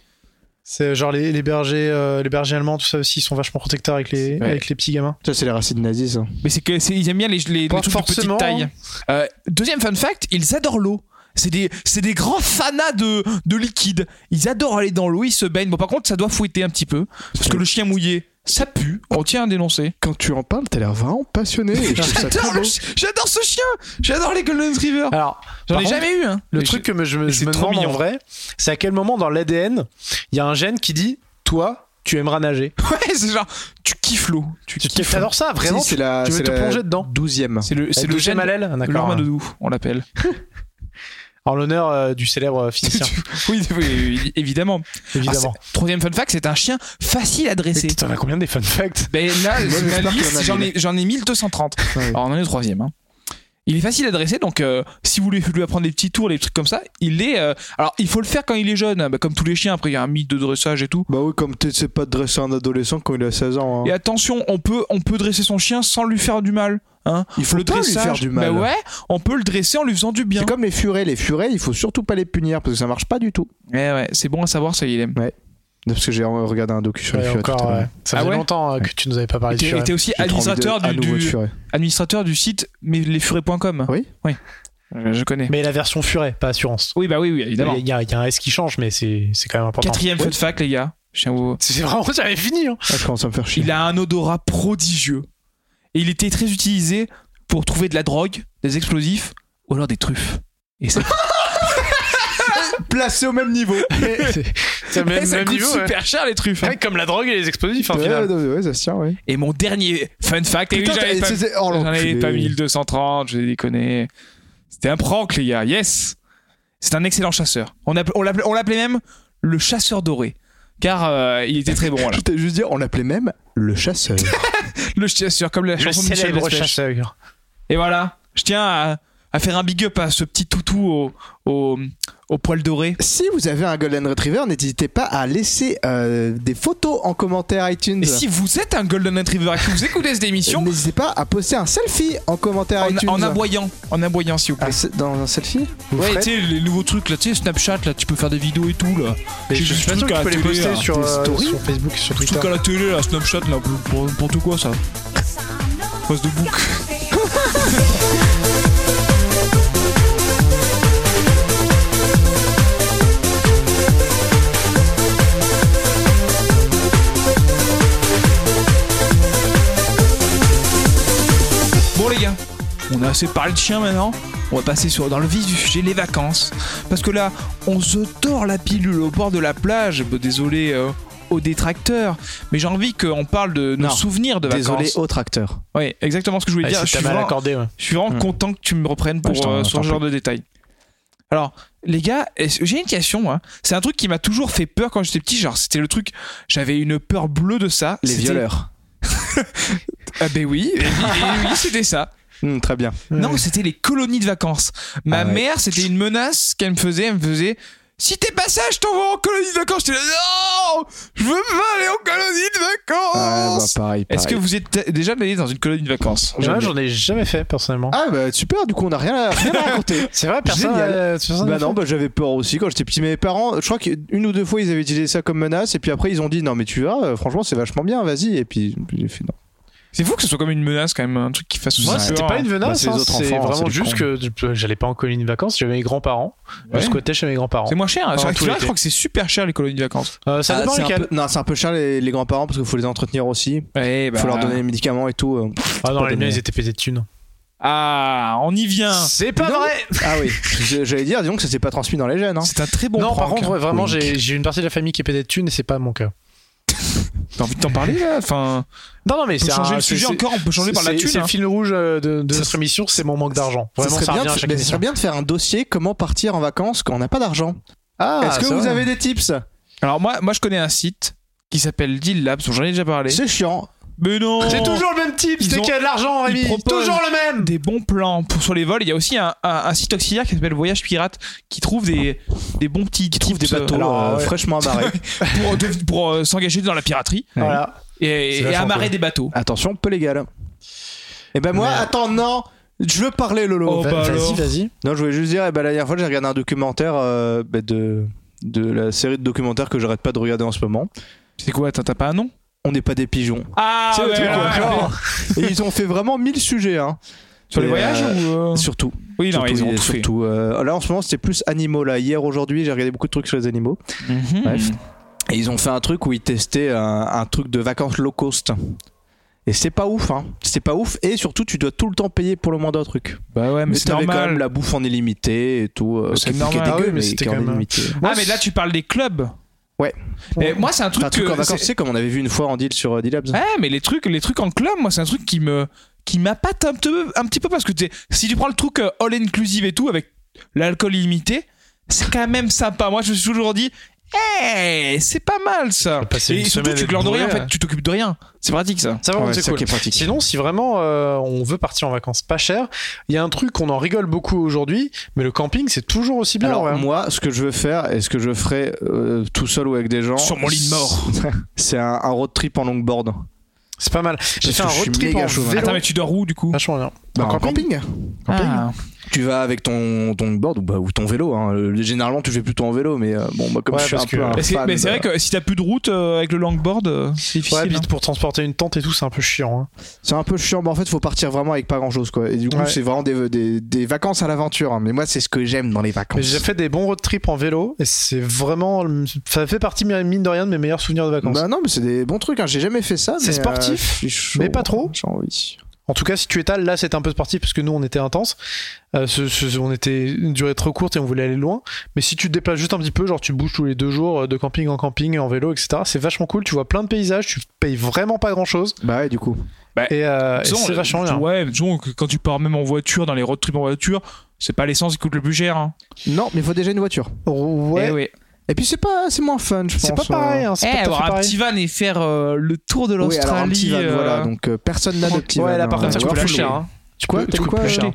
[SPEAKER 3] C'est genre les, les bergers, euh, les bergers allemands, tout ça aussi, ils sont vachement protecteurs avec les,
[SPEAKER 1] Ouais.
[SPEAKER 3] avec les petits gamins.
[SPEAKER 2] Ça, c'est les racines nazies, ça.
[SPEAKER 1] Mais c'est que c'est- ils aiment bien les, les, les
[SPEAKER 3] Pas
[SPEAKER 1] trucs de petite
[SPEAKER 3] forcément.
[SPEAKER 1] taille. Euh, deuxième fun fact, ils adorent l'eau. C'est des, c'est des grands fanas de, de liquide. Ils adorent aller dans l'eau, ils se baignent. Bon, par contre, ça doit fouetter un petit peu. Parce que le chien mouillé, ça pue. On tient à dénoncer.
[SPEAKER 2] Quand tu en parles, t'as l'air vraiment passionné. et je trouve ça très
[SPEAKER 1] J'adore,
[SPEAKER 2] beau.
[SPEAKER 1] le chi- j'adore ce chien J'adore les Golden Retriever.
[SPEAKER 3] Alors,
[SPEAKER 1] J'en
[SPEAKER 3] Ah, par
[SPEAKER 1] ai
[SPEAKER 3] contre,
[SPEAKER 1] jamais eu, hein.
[SPEAKER 3] Le
[SPEAKER 1] Mais
[SPEAKER 3] truc que me- je me,
[SPEAKER 1] mais
[SPEAKER 3] je
[SPEAKER 1] c'est
[SPEAKER 3] me
[SPEAKER 1] trop
[SPEAKER 3] demande
[SPEAKER 1] mignon.
[SPEAKER 3] en vrai, c'est à quel moment dans l'ADN, il y a un gène qui dit Toi, tu aimeras nager.
[SPEAKER 1] je- Ouais, c'est genre, tu kiffes l'eau. Tu
[SPEAKER 3] Tu
[SPEAKER 1] kiffes
[SPEAKER 3] t'adores ça, vraiment
[SPEAKER 2] Si, c'est la,
[SPEAKER 3] tu veux
[SPEAKER 2] c'est
[SPEAKER 3] te
[SPEAKER 2] la
[SPEAKER 3] plonger dedans
[SPEAKER 2] 12e.
[SPEAKER 1] C'est le, c'est le
[SPEAKER 3] deuxième
[SPEAKER 1] gène
[SPEAKER 3] à l'aile Ah, D'accord.
[SPEAKER 1] Lorma Doudou, on l'appelle.
[SPEAKER 3] En l'honneur euh, du célèbre euh, physicien,
[SPEAKER 1] oui, oui, oui, évidemment. Ah,
[SPEAKER 3] évidemment.
[SPEAKER 1] c'est- troisième fun fact, c'est un chien facile à
[SPEAKER 3] Mais
[SPEAKER 1] dresser.
[SPEAKER 3] T'en as combien des fun facts
[SPEAKER 1] Ben là, c'est ma
[SPEAKER 2] j'espère qu'il y en
[SPEAKER 1] liste,
[SPEAKER 2] a
[SPEAKER 1] j'en
[SPEAKER 2] mille.
[SPEAKER 1] ai, j'en ai 1230.
[SPEAKER 2] Ouais.
[SPEAKER 1] Alors on en est au troisième. hein. Il est facile à dresser, donc euh, si vous voulez lui apprendre des petits tours, des trucs comme ça, il est. euh, alors il faut le faire quand il est jeune, hein, bah, comme tous les chiens. Après il y a un mythe de dressage et tout.
[SPEAKER 2] Bah oui, comme tu sais pas dresser un adolescent quand il a 16 ans. hein.
[SPEAKER 1] Et attention, on peut, on peut dresser son chien sans lui faire du mal. Hein.
[SPEAKER 2] Il faut
[SPEAKER 1] le
[SPEAKER 2] pas lui
[SPEAKER 1] dressage,
[SPEAKER 2] faire du mal.
[SPEAKER 1] Bah ouais, on peut le dresser en lui faisant du bien.
[SPEAKER 2] C'est comme les furets. Les furets, il faut surtout pas les punir parce que ça marche pas du tout.
[SPEAKER 1] Eh ouais, c'est bon à savoir ça, il aime.
[SPEAKER 2] Parce que j'ai regardé un docu sur les
[SPEAKER 3] Ouais,
[SPEAKER 2] furets. tout
[SPEAKER 3] encore,
[SPEAKER 2] à l'heure.
[SPEAKER 3] ouais. Ça
[SPEAKER 1] Ah
[SPEAKER 3] faisait
[SPEAKER 1] ouais
[SPEAKER 3] longtemps euh, que tu nous avais pas parlé
[SPEAKER 1] Et
[SPEAKER 3] de
[SPEAKER 1] t'es et
[SPEAKER 3] Furet.
[SPEAKER 1] t'es aussi
[SPEAKER 2] Ah, J'ai trop envie de-
[SPEAKER 1] administrateur
[SPEAKER 2] à
[SPEAKER 1] du,
[SPEAKER 2] nouveau de
[SPEAKER 1] du,
[SPEAKER 2] furet.
[SPEAKER 1] administrateur du site meslesfurets.com.
[SPEAKER 2] Oui.
[SPEAKER 1] Oui. Je, je connais.
[SPEAKER 3] Mais la version Furet, pas Assurance.
[SPEAKER 1] Oui, bah oui, oui,
[SPEAKER 3] Il y, a-
[SPEAKER 1] évidemment.
[SPEAKER 3] il y a il y a un S qui change, mais c'est c'est quand même important.
[SPEAKER 1] Quatrième fun fact, les gars. Je tiens à vous-
[SPEAKER 3] C'est vraiment, j'avais fini. hein.
[SPEAKER 2] Ah, je commence à me faire chier.
[SPEAKER 1] Il a un odorat prodigieux. Et il était très utilisé pour trouver de la drogue, des explosifs ou alors des truffes. Et ça,
[SPEAKER 2] placé au même niveau.
[SPEAKER 3] C'est- C'est même,
[SPEAKER 1] et ça
[SPEAKER 3] même
[SPEAKER 1] coûte
[SPEAKER 3] niveau, ouais.
[SPEAKER 1] super cher les truffes. hein.
[SPEAKER 3] Ouais, comme la drogue et les explosifs hein, en
[SPEAKER 2] ouais,
[SPEAKER 3] final.
[SPEAKER 2] ouais, ouais, ça se tient, ouais.
[SPEAKER 1] Et mon dernier fun fact, et oui, j'en avais pas-
[SPEAKER 2] oh,
[SPEAKER 1] j'en avais pas 1230, je déconné. C'était un prank les gars, yes C'est un excellent chasseur. On appel- on l'appelait on l'appelait même le chasseur doré. Car euh, il était très bon. voilà.
[SPEAKER 2] Je t'ai juste dit, on l'appelait même le chasseur.
[SPEAKER 1] Le chasseur, comme la
[SPEAKER 3] Le
[SPEAKER 1] chanson de Michel
[SPEAKER 3] célèbre
[SPEAKER 1] Delpech.
[SPEAKER 3] chasseur.
[SPEAKER 1] Et voilà, je tiens à à faire un big up à ce petit toutou au, au, au poil doré.
[SPEAKER 2] Si vous avez un Golden Retriever, n'hésitez pas à laisser euh, des photos en commentaire iTunes.
[SPEAKER 1] Et si vous êtes un Golden Retriever et que vous écoutez cette émission,
[SPEAKER 2] N'hésitez pas à poster un selfie en commentaire
[SPEAKER 1] en,
[SPEAKER 2] iTunes.
[SPEAKER 1] en aboyant, en aboyant s'il vous plaît.
[SPEAKER 2] Un se- dans un selfie
[SPEAKER 3] Ah, Vous
[SPEAKER 1] Ouais,
[SPEAKER 3] ferez-
[SPEAKER 1] tu sais, les nouveaux trucs là, tu sais, Snapchat, là, tu peux faire des vidéos et tout là.
[SPEAKER 3] Mais
[SPEAKER 1] J'ai
[SPEAKER 3] je
[SPEAKER 1] juste
[SPEAKER 3] suis pas sûr
[SPEAKER 1] truc
[SPEAKER 3] que
[SPEAKER 1] à
[SPEAKER 3] tu peux
[SPEAKER 1] la
[SPEAKER 3] les
[SPEAKER 1] télé, là.
[SPEAKER 3] poster sur,
[SPEAKER 2] Des
[SPEAKER 3] euh,
[SPEAKER 2] stories.
[SPEAKER 3] sur Facebook et sur
[SPEAKER 1] Tout
[SPEAKER 3] Twitter.
[SPEAKER 1] à la télé, là, Snapchat, là, pour, pour, tout quoi ça Passe de bouc. Bon les gars, on a assez parlé de chien maintenant. On va passer sur, dans le vif du sujet, les vacances. Parce que là, on se tord la pilule au bord de la plage. Bah, désolé euh, aux détracteurs, mais j'ai envie qu'on parle de nos
[SPEAKER 2] Non.
[SPEAKER 1] souvenirs de vacances.
[SPEAKER 2] Désolé, autre acteur.
[SPEAKER 1] Oui, exactement ce que je voulais
[SPEAKER 3] Ah,
[SPEAKER 1] dire.
[SPEAKER 3] c'est
[SPEAKER 1] Je suis,
[SPEAKER 3] mal
[SPEAKER 1] vraiment,
[SPEAKER 3] accordé, ouais.
[SPEAKER 1] je suis vraiment
[SPEAKER 2] Hmm.
[SPEAKER 1] content que tu me reprennes pour
[SPEAKER 2] je t'en-
[SPEAKER 1] euh,
[SPEAKER 2] je
[SPEAKER 1] ce
[SPEAKER 2] t'en
[SPEAKER 1] genre de détails. Alors, les gars, est-ce- j'ai une question. moi. C'est un truc qui m'a toujours fait peur quand j'étais petit. Genre, c'était le truc. J'avais une peur bleue de ça.
[SPEAKER 2] Les
[SPEAKER 1] C'était-
[SPEAKER 2] violeurs.
[SPEAKER 1] Ah, ben oui. et- et- et oui, c'était ça.
[SPEAKER 2] Hmm, très bien.
[SPEAKER 1] Non, c'était les colonies de vacances. Ma
[SPEAKER 2] Ah ouais.
[SPEAKER 1] mère, c'était une menace qu'elle me faisait. Elle me faisait Si t'es pas ça, je t'envoie en colonie de vacances. J'étais là Non Je veux pas aller en colonie de
[SPEAKER 2] Ah, bah,
[SPEAKER 1] vacances
[SPEAKER 2] pareil,
[SPEAKER 1] Est-ce que
[SPEAKER 2] pareil.
[SPEAKER 1] vous êtes déjà allé dans une colonie de vacances
[SPEAKER 3] Ouais, j'en ai jamais fait personnellement.
[SPEAKER 2] Ah, bah super, du coup, on n'a rien, à- rien à raconter.
[SPEAKER 3] c'est vrai, personne.
[SPEAKER 2] Génial.
[SPEAKER 3] euh, personne
[SPEAKER 2] Bah
[SPEAKER 3] n'a
[SPEAKER 2] non,
[SPEAKER 3] fait
[SPEAKER 2] bah j'avais peur aussi quand j'étais petit. Mes parents, je crois qu'une ou deux fois ils avaient utilisé ça comme menace et puis après ils ont dit non mais tu vas, euh, franchement c'est vachement bien, vas-y. Et puis j'ai fait non.
[SPEAKER 1] C'est fou que ce soit comme une menace, quand même, un truc qui fasse aussi
[SPEAKER 3] Moi,
[SPEAKER 1] peur.
[SPEAKER 3] c'était pas une
[SPEAKER 2] Bah,
[SPEAKER 3] menace.
[SPEAKER 2] c'est les
[SPEAKER 3] hein,
[SPEAKER 2] autres
[SPEAKER 3] c'est
[SPEAKER 2] enfants, c'est
[SPEAKER 3] vraiment
[SPEAKER 2] les
[SPEAKER 3] juste
[SPEAKER 2] cons.
[SPEAKER 3] que je- j'allais pas en colonie de vacances. J'avais mes grands-parents. Je
[SPEAKER 1] Ouais.
[SPEAKER 3] squattais chez mes grands-parents.
[SPEAKER 1] C'est moins cher. hein.
[SPEAKER 3] Pendant
[SPEAKER 1] C'est
[SPEAKER 3] tout
[SPEAKER 1] vrai, je
[SPEAKER 3] l'été.
[SPEAKER 1] crois que c'est super cher les colonies de vacances.
[SPEAKER 3] Euh, ça
[SPEAKER 2] Ah,
[SPEAKER 3] dépend
[SPEAKER 2] c'est un
[SPEAKER 3] lesquels.
[SPEAKER 2] peu- non, c'est un peu cher les, les grands-parents parce qu'il faut les entretenir aussi.
[SPEAKER 1] Ouais,
[SPEAKER 2] Il faut
[SPEAKER 3] Bah.
[SPEAKER 2] leur donner les médicaments et tout. euh.
[SPEAKER 3] Ah non,
[SPEAKER 2] pas
[SPEAKER 3] les miens,
[SPEAKER 2] donné.
[SPEAKER 3] ils étaient pétés de thunes.
[SPEAKER 1] Ah, on y vient.
[SPEAKER 3] C'est pas
[SPEAKER 2] Non.
[SPEAKER 3] vrai
[SPEAKER 2] Ah oui, je- j'allais dire, disons que ça s'est pas transmis dans les gènes. Hein.
[SPEAKER 1] C'est un très bon
[SPEAKER 3] Non, par
[SPEAKER 1] prank.
[SPEAKER 3] contre, ouais, vraiment,
[SPEAKER 2] Wink.
[SPEAKER 3] j'ai j'ai une partie de la famille qui est pétée de thunes et c'est pas mon cas.
[SPEAKER 1] T'as envie de t'en parler là Enfin,
[SPEAKER 3] Non, non, mais
[SPEAKER 1] on peut
[SPEAKER 3] c'est
[SPEAKER 1] changer
[SPEAKER 3] un-
[SPEAKER 1] le
[SPEAKER 3] c'est-
[SPEAKER 1] sujet
[SPEAKER 3] c'est-
[SPEAKER 1] encore. On peut changer par la
[SPEAKER 3] c'est-
[SPEAKER 1] thune.
[SPEAKER 3] C'est
[SPEAKER 1] hein.
[SPEAKER 3] le fil rouge euh, de, de
[SPEAKER 1] Ça
[SPEAKER 3] notre émission, c'est mon manque d'argent.
[SPEAKER 2] Ça
[SPEAKER 3] Vraiment,
[SPEAKER 2] serait
[SPEAKER 3] ça
[SPEAKER 2] bien
[SPEAKER 3] revient
[SPEAKER 2] de-
[SPEAKER 3] à chaque
[SPEAKER 2] mais ça serait
[SPEAKER 3] émission.
[SPEAKER 2] bien de faire un dossier comment partir en vacances quand on n'a pas d'argent.
[SPEAKER 3] Ah,
[SPEAKER 2] Est-ce que
[SPEAKER 3] c'est
[SPEAKER 2] vous
[SPEAKER 3] vrai.
[SPEAKER 2] avez des tips
[SPEAKER 1] Alors moi, moi, je connais un site qui s'appelle Deal Labs. dont J'en ai déjà parlé.
[SPEAKER 2] C'est chiant.
[SPEAKER 1] Mais non.
[SPEAKER 3] C'est toujours le même type,
[SPEAKER 1] Ils
[SPEAKER 3] c'est
[SPEAKER 1] ont-
[SPEAKER 3] qu'il y a de l'argent,
[SPEAKER 1] ils
[SPEAKER 3] Rémi
[SPEAKER 1] proposent-
[SPEAKER 3] Toujours le même
[SPEAKER 1] des bons plans pour sur les vols. Il y a aussi un, un- un site auxiliaire qui s'appelle Voyage Pirate qui trouve des, des bons petits qui
[SPEAKER 2] Trouve des bateaux euh, fraîchement amarrés.
[SPEAKER 1] pour, de- pour, euh, s'engager dans la piraterie
[SPEAKER 3] Voilà.
[SPEAKER 1] et,
[SPEAKER 3] C'est
[SPEAKER 1] et
[SPEAKER 3] vachement
[SPEAKER 1] amarrer
[SPEAKER 3] cool.
[SPEAKER 1] des bateaux.
[SPEAKER 2] Attention, peu légal. Et ben moi,
[SPEAKER 3] Mais-
[SPEAKER 2] attends, non, je veux parler, Lolo.
[SPEAKER 1] Oh,
[SPEAKER 3] Va-
[SPEAKER 1] bah alors.
[SPEAKER 3] Vas-y, vas-y.
[SPEAKER 2] Non, je voulais juste dire, eh ben, la dernière fois, j'ai regardé un documentaire euh, ben, de, de la série de documentaires que j'arrête pas de regarder en ce moment.
[SPEAKER 1] C'est quoi T'as t'as pas un nom
[SPEAKER 2] On n'est pas des pigeons.
[SPEAKER 1] Ah
[SPEAKER 2] C'est le
[SPEAKER 1] ouais,
[SPEAKER 2] truc
[SPEAKER 1] ouais, ouais.
[SPEAKER 2] encore. Et ils ont fait vraiment mille sujets, hein.
[SPEAKER 1] Sur les
[SPEAKER 2] Et,
[SPEAKER 1] voyages
[SPEAKER 2] euh,
[SPEAKER 1] ou euh,
[SPEAKER 2] Surtout.
[SPEAKER 1] Oui, non,
[SPEAKER 2] surtout,
[SPEAKER 1] ils ont
[SPEAKER 2] et
[SPEAKER 1] tout fait.
[SPEAKER 2] surtout, euh, là, en ce moment, c'était plus animaux. Là, hier, aujourd'hui, j'ai regardé beaucoup de trucs sur les animaux.
[SPEAKER 1] Mhm.
[SPEAKER 2] Bref. Et ils ont fait un truc où ils testaient un, un truc de vacances low cost. Et c'est pas ouf, hein. C'est pas ouf. Et surtout, tu dois tout le temps payer pour le moindre truc.
[SPEAKER 1] Bah ouais, mais,
[SPEAKER 2] Mais,
[SPEAKER 1] c'est
[SPEAKER 2] t'avais quand même
[SPEAKER 1] normal.
[SPEAKER 2] la bouffe en illimité et tout. euh,
[SPEAKER 1] C'est
[SPEAKER 2] qui- qui
[SPEAKER 1] normal.
[SPEAKER 2] est dégueu,
[SPEAKER 3] Ah oui, mais
[SPEAKER 2] mais
[SPEAKER 3] c'était
[SPEAKER 2] qui en
[SPEAKER 3] quand même-
[SPEAKER 2] illimité.
[SPEAKER 1] Ah, mais là, tu parles des clubs.
[SPEAKER 2] Ouais.
[SPEAKER 1] Mais moi, c'est un truc
[SPEAKER 2] Enfin, un truc
[SPEAKER 1] que-
[SPEAKER 2] en vacances,
[SPEAKER 1] c'est-
[SPEAKER 2] tu sais, comme on avait vu une fois en deal sur euh, D-Labs.
[SPEAKER 1] Ouais, mais les trucs, les trucs en club, moi, c'est un truc qui me qui m'appâte un petit peu, un petit peu parce que t'es- si tu prends le truc euh, all inclusive et tout avec l'alcool illimité, c'est quand même sympa. Moi, je me suis toujours dit, hey, c'est pas mal ça.
[SPEAKER 3] Passer
[SPEAKER 1] Et
[SPEAKER 3] une
[SPEAKER 1] surtout,
[SPEAKER 3] semaine
[SPEAKER 1] tu
[SPEAKER 3] et
[SPEAKER 1] te de rien, en
[SPEAKER 3] bourrer,
[SPEAKER 1] fait, tu t'occupes de rien. hein. C'est pratique ça.
[SPEAKER 3] Ça va,
[SPEAKER 2] Ouais,
[SPEAKER 3] c'est
[SPEAKER 2] ça
[SPEAKER 3] cool.
[SPEAKER 2] qui est pratique.
[SPEAKER 3] Sinon, si vraiment euh, on veut partir en vacances pas cher, il y a un truc qu'on en rigole beaucoup aujourd'hui, mais le camping c'est toujours aussi bien.
[SPEAKER 2] Alors
[SPEAKER 3] ouais.
[SPEAKER 2] moi, ce que je veux faire et ce que je ferai euh, tout seul ou avec des gens,
[SPEAKER 1] Sur mon lit de mort.
[SPEAKER 2] c'est un, un road trip en longboard.
[SPEAKER 3] C'est pas mal. J'ai
[SPEAKER 2] Parce
[SPEAKER 3] fait un
[SPEAKER 2] que je suis
[SPEAKER 3] road trip
[SPEAKER 2] méga
[SPEAKER 3] en
[SPEAKER 2] chaud, hein.
[SPEAKER 3] vélo.
[SPEAKER 1] Attends, mais tu dors où du coup
[SPEAKER 3] Vachement bien.
[SPEAKER 2] Bah,
[SPEAKER 3] En
[SPEAKER 2] en
[SPEAKER 3] camping
[SPEAKER 2] camping.
[SPEAKER 1] Ah.
[SPEAKER 2] Tu vas avec ton, ton board ou, bah, ou ton vélo. hein. Euh, Généralement, tu fais plutôt en vélo, mais euh, bon, moi, comme
[SPEAKER 3] Ouais,
[SPEAKER 2] je suis un
[SPEAKER 3] parce que-
[SPEAKER 2] peu un
[SPEAKER 1] Mais c'est
[SPEAKER 2] fan
[SPEAKER 1] mais c'est
[SPEAKER 2] de-
[SPEAKER 1] vrai que si t'as plus de route euh, avec le longboard, euh, c'est difficile.
[SPEAKER 3] Ouais, puis
[SPEAKER 1] hein.
[SPEAKER 3] pour transporter une tente et tout, c'est un peu chiant. hein.
[SPEAKER 2] C'est un peu chiant, mais en fait, faut partir vraiment avec pas grand chose, quoi. Et du coup,
[SPEAKER 3] Ouais.
[SPEAKER 2] c'est vraiment des, des, des vacances à l'aventure. hein. Mais moi, c'est ce que j'aime dans les
[SPEAKER 3] Mais
[SPEAKER 2] vacances.
[SPEAKER 3] j'ai fait des bons road trips en vélo et c'est vraiment. Ça fait partie, mine de rien, de mes meilleurs souvenirs de vacances.
[SPEAKER 2] Bah non, mais c'est des bons trucs. hein. J'ai jamais fait ça.
[SPEAKER 3] C'est
[SPEAKER 2] mais, euh,
[SPEAKER 3] sportif,
[SPEAKER 2] je suis chaud.
[SPEAKER 3] mais pas trop.
[SPEAKER 2] J'ai envie.
[SPEAKER 3] En tout cas, si tu étales, là c'est un peu sportif parce que nous on était intense. Euh, ce- ce- on était une durée trop courte et on voulait aller loin. Mais si tu te déplaces juste un petit peu, genre tu bouges tous les deux jours euh, de camping en camping, en vélo, etc., c'est vachement cool. Tu vois plein de paysages, tu payes vraiment pas grand chose.
[SPEAKER 2] Bah ouais, du coup.
[SPEAKER 3] Et, euh, et
[SPEAKER 1] Disons,
[SPEAKER 3] c'est
[SPEAKER 1] euh,
[SPEAKER 3] vachement bien.
[SPEAKER 1] Ouais, disons que quand tu pars même en voiture, dans les road trips en voiture, c'est pas l'essence qui coûte le plus cher. hein.
[SPEAKER 2] Non, mais faut déjà une voiture.
[SPEAKER 3] Ouais.
[SPEAKER 1] Eh oui.
[SPEAKER 2] Et puis c'est pas, c'est moins fun, je pense.
[SPEAKER 3] C'est pas pareil, hein, c'est
[SPEAKER 1] Eh,
[SPEAKER 3] pas tout à fait
[SPEAKER 1] avoir un
[SPEAKER 3] pareil.
[SPEAKER 1] petit van et faire euh, le tour de
[SPEAKER 2] Euh, Oui,
[SPEAKER 1] l'Australie.
[SPEAKER 2] alors un petit van,
[SPEAKER 1] euh,
[SPEAKER 2] voilà. Donc euh, personne n'a de petit
[SPEAKER 3] Ouais,
[SPEAKER 2] van.
[SPEAKER 3] là, par
[SPEAKER 2] hein.
[SPEAKER 3] contre, ça
[SPEAKER 2] Tu
[SPEAKER 3] coûte
[SPEAKER 2] vois,
[SPEAKER 3] plus
[SPEAKER 2] faut
[SPEAKER 3] cher.
[SPEAKER 2] louer.
[SPEAKER 3] hein.
[SPEAKER 2] Quoi
[SPEAKER 3] Tu
[SPEAKER 2] T'as
[SPEAKER 3] coûtes
[SPEAKER 2] dit quoi,
[SPEAKER 3] plus cher.
[SPEAKER 2] euh,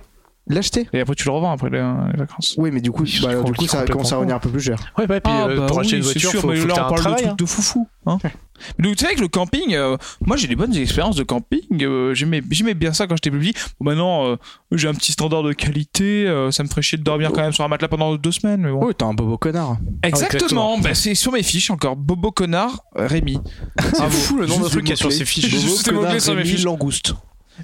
[SPEAKER 2] l'acheter.
[SPEAKER 1] Et après, tu le revends après les, les vacances.
[SPEAKER 2] Oui, mais du coup,
[SPEAKER 3] Je
[SPEAKER 2] bah, du
[SPEAKER 3] comprends-
[SPEAKER 2] coup
[SPEAKER 3] je
[SPEAKER 2] ça
[SPEAKER 3] comprends
[SPEAKER 2] commence à
[SPEAKER 3] pas.
[SPEAKER 2] revenir un peu plus cher.
[SPEAKER 3] Ouais, bah, et puis
[SPEAKER 1] Ah,
[SPEAKER 3] euh,
[SPEAKER 1] bah
[SPEAKER 3] pour acheter
[SPEAKER 1] oui,
[SPEAKER 3] une
[SPEAKER 1] c'est
[SPEAKER 3] voiture,
[SPEAKER 1] sûr,
[SPEAKER 3] faut,
[SPEAKER 1] mais
[SPEAKER 3] faut
[SPEAKER 1] là,
[SPEAKER 3] faire
[SPEAKER 1] on
[SPEAKER 3] un
[SPEAKER 1] parle de
[SPEAKER 3] travail.
[SPEAKER 1] trucs
[SPEAKER 3] hein.
[SPEAKER 1] de foufou. hein. Mais donc, tu sais que le camping, euh, moi j'ai des bonnes expériences de camping. euh, J'aimais j'aimais bien ça quand j'étais plus petit. Bon, maintenant, euh, j'ai un petit standard de qualité. euh, ça me ferait chier de dormir quand même sur un matelas pendant deux semaines. Mais bon.
[SPEAKER 2] Oh, t'es un bobo connard.
[SPEAKER 1] Exactement,
[SPEAKER 3] exactement.
[SPEAKER 1] Bah, c'est sur mes fiches encore. Bobo Connard, euh, Rémi.
[SPEAKER 3] C'est fou le nombre de
[SPEAKER 2] Juste
[SPEAKER 3] trucs qu'il y a
[SPEAKER 2] des
[SPEAKER 3] sur
[SPEAKER 2] mots-clés.
[SPEAKER 3] ces fiches.
[SPEAKER 1] Juste des mots-clés sur mes fiches.
[SPEAKER 2] langouste.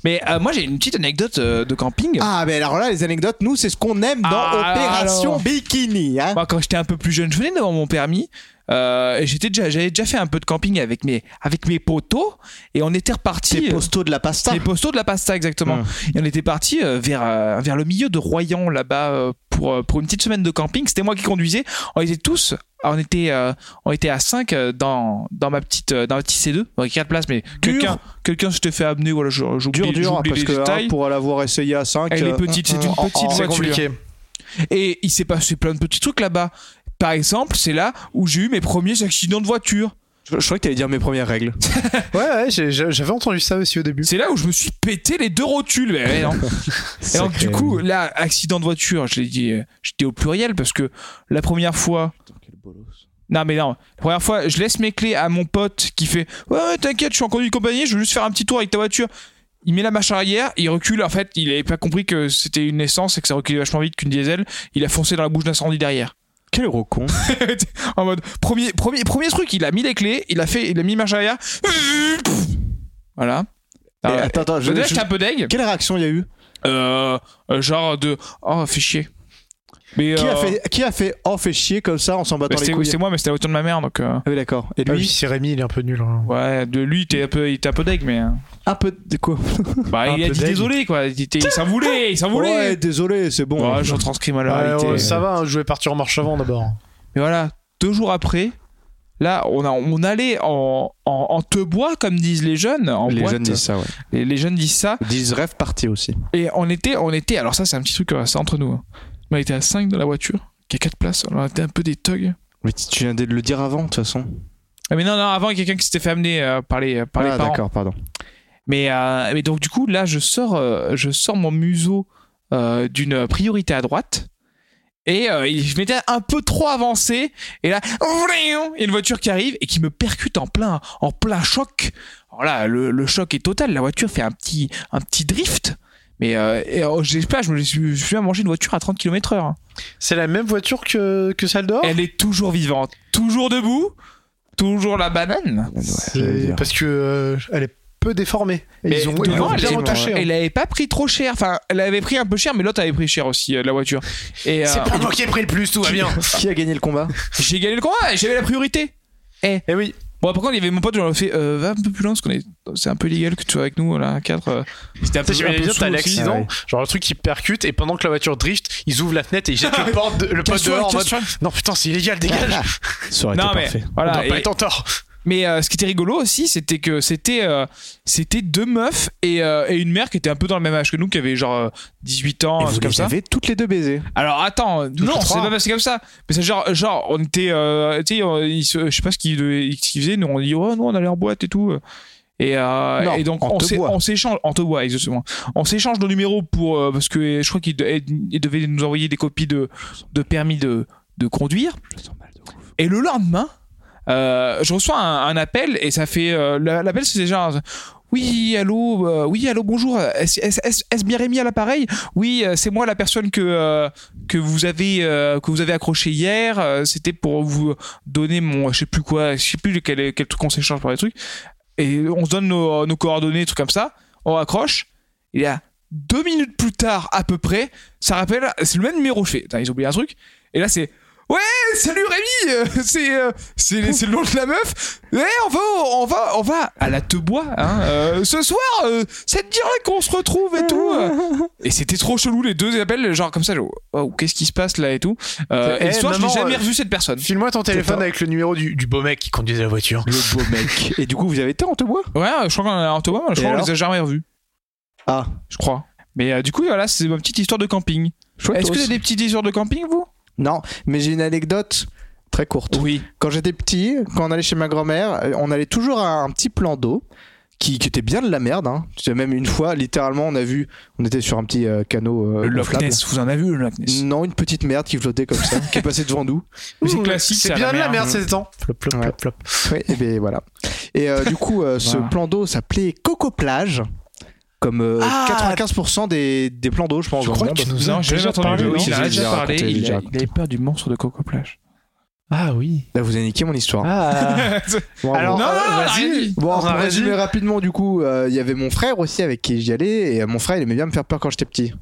[SPEAKER 1] Mais euh, moi j'ai une petite anecdote euh, de camping.
[SPEAKER 2] Ah, mais alors là, les anecdotes, nous, c'est ce qu'on aime dans
[SPEAKER 1] Ah,
[SPEAKER 2] Opération
[SPEAKER 1] alors. Bah,
[SPEAKER 2] Bikini. Hein.
[SPEAKER 1] Moi, quand j'étais un peu plus jeune, je venais d'avoir mon permis. euh, et j'étais déjà, j'avais déjà fait un peu de camping avec mes, avec mes potos. Et on était repartis.
[SPEAKER 2] C'est
[SPEAKER 1] euh,
[SPEAKER 2] posto de la pasta.
[SPEAKER 1] Les postaux de la pasta, exactement.
[SPEAKER 2] Mm.
[SPEAKER 1] Et on était parti euh, vers, euh, vers le milieu de Royan, là-bas, euh, pour, euh, pour une petite semaine de camping. C'était moi qui conduisais. On était tous. On était, euh, on était à 5 dans, dans ma petite euh, dans ma petite C2, dans 4 places, mais
[SPEAKER 2] Dur.
[SPEAKER 1] quelqu'un quelqu'un s'était fait amener, voilà, je- j'oublie
[SPEAKER 2] Dur, dur,
[SPEAKER 1] j'oublie
[SPEAKER 2] parce
[SPEAKER 1] les
[SPEAKER 2] que hein,
[SPEAKER 1] détails.
[SPEAKER 2] pour hein, l'avoir essayé à euh, 5.
[SPEAKER 1] Elle est petite, c'est une petite
[SPEAKER 3] Oh, C'est
[SPEAKER 1] voiture.
[SPEAKER 3] compliqué.
[SPEAKER 1] Et il s'est passé plein de petits trucs là-bas. Par exemple, c'est là où j'ai eu mes premiers accidents de voiture.
[SPEAKER 2] Je, je crois que t'allais dire mes premières règles.
[SPEAKER 3] Ouais, ouais, j'ai- j'ai- j'avais entendu ça aussi au début.
[SPEAKER 1] C'est là où je me suis pété les deux rotules. Mais ouais, non. Et donc, du coup, là, accident de voiture, je l'ai dit, euh, j'étais au pluriel parce que la première fois. Non, mais non. La première fois, je laisse mes clés à mon pote qui fait Ouais, ouais, t'inquiète, je suis en conduite de compagnie, je veux juste faire un petit tour avec ta voiture. Il met la marche arrière, il recule. En fait, il avait pas compris que c'était une essence et que ça reculait vachement vite qu'une diesel. Il a foncé dans la bouche d'incendie derrière.
[SPEAKER 2] quel gros con.
[SPEAKER 1] En mode premier, premier, premier truc, il a mis les clés, il a fait, il a mis marche arrière. Voilà. Ah,
[SPEAKER 2] Et attends, attends, je-
[SPEAKER 1] Déjà,
[SPEAKER 2] je-
[SPEAKER 1] j'étais un peu deg.
[SPEAKER 2] Quelle réaction il y a eu
[SPEAKER 1] Euh, euh, genre de oh fais chier mais
[SPEAKER 2] qui,
[SPEAKER 1] euh,
[SPEAKER 2] a fait, qui a fait oh fait chier comme ça en s'en
[SPEAKER 1] bah,
[SPEAKER 2] battant les
[SPEAKER 1] c'était
[SPEAKER 2] couilles
[SPEAKER 1] c'est moi mais c'était la voiture de ma mère donc euh,
[SPEAKER 2] Ah oui, d'accord. Et
[SPEAKER 3] Ah oui,
[SPEAKER 2] lui,
[SPEAKER 3] c'est Rémi, il est un peu nul. hein.
[SPEAKER 1] ouais de lui t'es un peu il était un peu deg mais euh,
[SPEAKER 2] un peu de quoi
[SPEAKER 1] bah
[SPEAKER 3] Un
[SPEAKER 1] il a
[SPEAKER 3] peu
[SPEAKER 1] dit
[SPEAKER 3] deg.
[SPEAKER 1] désolé quoi il, était- il s'en voulait il s'en voulait
[SPEAKER 2] Oh Ouais, désolé, c'est bon.
[SPEAKER 1] Ouais, je transcris ma
[SPEAKER 3] Ouais,
[SPEAKER 1] réalité.
[SPEAKER 3] ouais, ça va, hein, je vais partir en marche avant d'abord.
[SPEAKER 1] mais voilà deux jours après là on a on allait en en, en te bois comme disent les jeunes en
[SPEAKER 2] les
[SPEAKER 1] boîte.
[SPEAKER 2] jeunes disent ça, ouais.
[SPEAKER 1] les, les jeunes disent ça
[SPEAKER 2] Ils disent rêve parti aussi.
[SPEAKER 1] et on était on était alors ça c'est un petit truc euh, c'est entre nous hein. on était à 5 dans la voiture qui a 4 places on était un peu des thugs
[SPEAKER 2] Mais tu tu viens de le dire avant, de toute façon.
[SPEAKER 1] Ah, mais non, non, avant, il y a quelqu'un qui s'était fait amener euh, par les, par les
[SPEAKER 2] ah,
[SPEAKER 1] parents.
[SPEAKER 2] d'accord, pardon.
[SPEAKER 1] Mais, euh, mais donc, du coup, là, je sors, euh, je sors mon museau euh, d'une priorité à droite. Et euh, il- je m'étais un peu trop avancé. Et là, il y a une voiture qui arrive et qui me percute en plein, en plein choc. Alors là, le, le choc est total. La voiture fait un petit, un petit drift. Mais euh, et, euh, j'espère, je me suis, je me suis mangé une voiture à 30 km/h. hein.
[SPEAKER 3] C'est la même voiture que, que celle dehors
[SPEAKER 1] Elle est toujours vivante, toujours debout, toujours la banane.
[SPEAKER 3] C'est-
[SPEAKER 2] j'allais dire.
[SPEAKER 3] Parce que euh, elle est peu déformée. Et
[SPEAKER 1] Mais
[SPEAKER 3] ils ont,
[SPEAKER 1] devant,
[SPEAKER 3] ils l'ont
[SPEAKER 1] elle
[SPEAKER 3] bien
[SPEAKER 1] est-
[SPEAKER 3] retouchée, hein.
[SPEAKER 1] Elle avait pas pris trop cher. Enfin, elle avait pris un peu cher, mais l'autre avait pris cher aussi, euh, la voiture. Et euh,
[SPEAKER 3] moi qui ai pris le plus, tout va bien.
[SPEAKER 2] Qui a gagné le combat
[SPEAKER 1] j'ai gagné le combat, et j'avais la priorité.
[SPEAKER 3] Et Eh oui,
[SPEAKER 1] Bon, par contre, il y avait mon pote, j'aurais fait euh, va un peu plus loin, parce qu'on est. C'est un peu illégal que tu sois avec nous, là, un cadre. euh, C'était un peu.
[SPEAKER 3] tu sais, j'imagine
[SPEAKER 1] un peu
[SPEAKER 3] bien, t'as
[SPEAKER 1] saoul aussi.
[SPEAKER 3] l'accident,
[SPEAKER 2] Ah ouais.
[SPEAKER 3] genre le truc qui percute, et pendant que la voiture drift, ils ouvrent la fenêtre et ils jettent le, porte de- le pote
[SPEAKER 1] Casse-toi,
[SPEAKER 3] dehors en mode
[SPEAKER 1] casse-toi.
[SPEAKER 3] Non, putain, c'est illégal, dégage
[SPEAKER 2] Ça aurait
[SPEAKER 1] Non,
[SPEAKER 2] été
[SPEAKER 1] mais
[SPEAKER 2] parfait.
[SPEAKER 3] On
[SPEAKER 1] voilà.
[SPEAKER 3] doit pas
[SPEAKER 1] et-
[SPEAKER 3] être en tort
[SPEAKER 1] mais euh, ce qui était rigolo aussi, c'était que c'était euh, c'était deux meufs et, euh, et une mère qui était un peu dans le même âge que nous, qui avait genre euh, 18 ans,
[SPEAKER 2] Et
[SPEAKER 1] un
[SPEAKER 2] vous
[SPEAKER 1] truc comme
[SPEAKER 2] les
[SPEAKER 1] ça.
[SPEAKER 2] avez toutes les deux baisés.
[SPEAKER 1] Alors attends, non, c'est
[SPEAKER 3] trois.
[SPEAKER 1] pas passé comme ça. Mais c'est genre, genre, on était, euh, tu sais, on- ils se- je sais pas ce qu'ils ce qu'ils faisaient. Nous, on dit, oh non, on allait en boîte et tout. Et, euh,
[SPEAKER 2] Non,
[SPEAKER 1] et donc
[SPEAKER 2] en
[SPEAKER 1] on
[SPEAKER 2] te
[SPEAKER 1] s'é-
[SPEAKER 2] bois.
[SPEAKER 1] on s'échange en te bois exactement. On s'échange nos numéros pour euh, parce que je crois qu'ils de- ils devaient nous envoyer des copies de, de permis de, de conduire. Et le lendemain, euh, je reçois un, un appel et ça fait euh, la- l'appel c'est genre oui allô euh, oui allô bonjour est-ce est-ce- est-ce bien Rémi à l'appareil oui euh, c'est moi la personne que euh, que vous avez euh, que vous avez accroché hier euh, c'était pour vous donner mon je sais plus quoi je sais plus quel quel truc on s'échange par les trucs et on se donne nos, nos coordonnées des trucs comme ça on accroche il y a deux minutes plus tard à peu près ça rappelle c'est le même numéro je fais Putain, ils ont oublié un truc et là c'est ouais salut Rémi euh, c'est euh, c'est c'est le nom de la meuf ouais on va au- on va on va à la Tebois hein, euh, ce soir euh, ça te dirait qu'on se retrouve et tout et c'était trop chelou les deux appels genre comme ça genre, Wow, qu'est-ce qui se passe là et tout euh,
[SPEAKER 3] Eh,
[SPEAKER 1] et le soir je n'ai
[SPEAKER 3] maman,
[SPEAKER 1] jamais
[SPEAKER 3] euh,
[SPEAKER 1] revu cette personne
[SPEAKER 3] File-moi ton téléphone
[SPEAKER 2] pas-
[SPEAKER 3] avec le numéro du, du beau mec qui conduisait la voiture.
[SPEAKER 2] Le beau mec. Et du coup, vous avez été en te bois
[SPEAKER 1] ouais je crois qu'on a en Tebois mais je
[SPEAKER 2] Et
[SPEAKER 1] crois qu'on
[SPEAKER 2] alors
[SPEAKER 1] les a jamais revus
[SPEAKER 2] Ah,
[SPEAKER 1] je crois mais euh, du coup voilà c'est ma petite histoire de camping
[SPEAKER 2] chouette.
[SPEAKER 1] Est-ce que
[SPEAKER 2] os.
[SPEAKER 1] t'as des petites histoires de camping, vous
[SPEAKER 2] Non, mais j'ai une anecdote très courte.
[SPEAKER 1] Oui.
[SPEAKER 2] Quand j'étais petit, quand on allait chez ma grand-mère, euh, on allait toujours à un petit plan d'eau qui, qui était bien de la merde. Hein. Tu sais, Même une fois, littéralement, on a vu, on était sur un petit euh, canot. euh,
[SPEAKER 1] Le Loch
[SPEAKER 2] gonflable.
[SPEAKER 1] Ness, vous en avez vu le Loch Ness
[SPEAKER 2] Non, une petite merde qui flottait comme ça, qui est passée devant nous.
[SPEAKER 1] Musique classique,
[SPEAKER 3] C'est
[SPEAKER 1] ça,
[SPEAKER 3] bien
[SPEAKER 1] la
[SPEAKER 3] de la
[SPEAKER 1] merde.
[SPEAKER 3] merde ces temps. Flop, flop,
[SPEAKER 2] Ouais.
[SPEAKER 3] flop, flop.
[SPEAKER 2] Oui, et bien voilà. Et euh, du coup, euh, ce
[SPEAKER 1] Voilà.
[SPEAKER 2] plan d'eau s'appelait Coco Plage, comme euh,
[SPEAKER 3] Ah
[SPEAKER 2] 95% des, des plans d'eau, je pense,
[SPEAKER 3] Je
[SPEAKER 2] dans le
[SPEAKER 3] crois
[SPEAKER 2] monde.
[SPEAKER 3] que tu nous as
[SPEAKER 1] Non, j'ai
[SPEAKER 3] déjà
[SPEAKER 1] déjà
[SPEAKER 3] parlé,
[SPEAKER 1] entendu.
[SPEAKER 3] oui,
[SPEAKER 1] Oui, il en
[SPEAKER 2] j'ai
[SPEAKER 1] a déjà
[SPEAKER 2] déjà
[SPEAKER 1] parlé.
[SPEAKER 2] raconté,
[SPEAKER 1] Il
[SPEAKER 2] déjà
[SPEAKER 1] a- il
[SPEAKER 2] raconté.
[SPEAKER 1] avait peur du monstre de Coco Plage.
[SPEAKER 3] Ah oui.
[SPEAKER 2] Là, vous avez niqué mon histoire.
[SPEAKER 3] Ah.
[SPEAKER 2] Bravo.
[SPEAKER 3] Alors,
[SPEAKER 1] Non, non,
[SPEAKER 3] euh,
[SPEAKER 1] non, rien
[SPEAKER 3] vas-y.
[SPEAKER 1] dit.
[SPEAKER 2] Bon,
[SPEAKER 3] On
[SPEAKER 2] pour
[SPEAKER 3] a
[SPEAKER 2] résumer
[SPEAKER 3] régi-
[SPEAKER 2] rapidement, du coup, euh, il y avait mon frère aussi avec qui j'y allais, et euh, mon frère, il aimait bien me faire peur quand j'étais petit.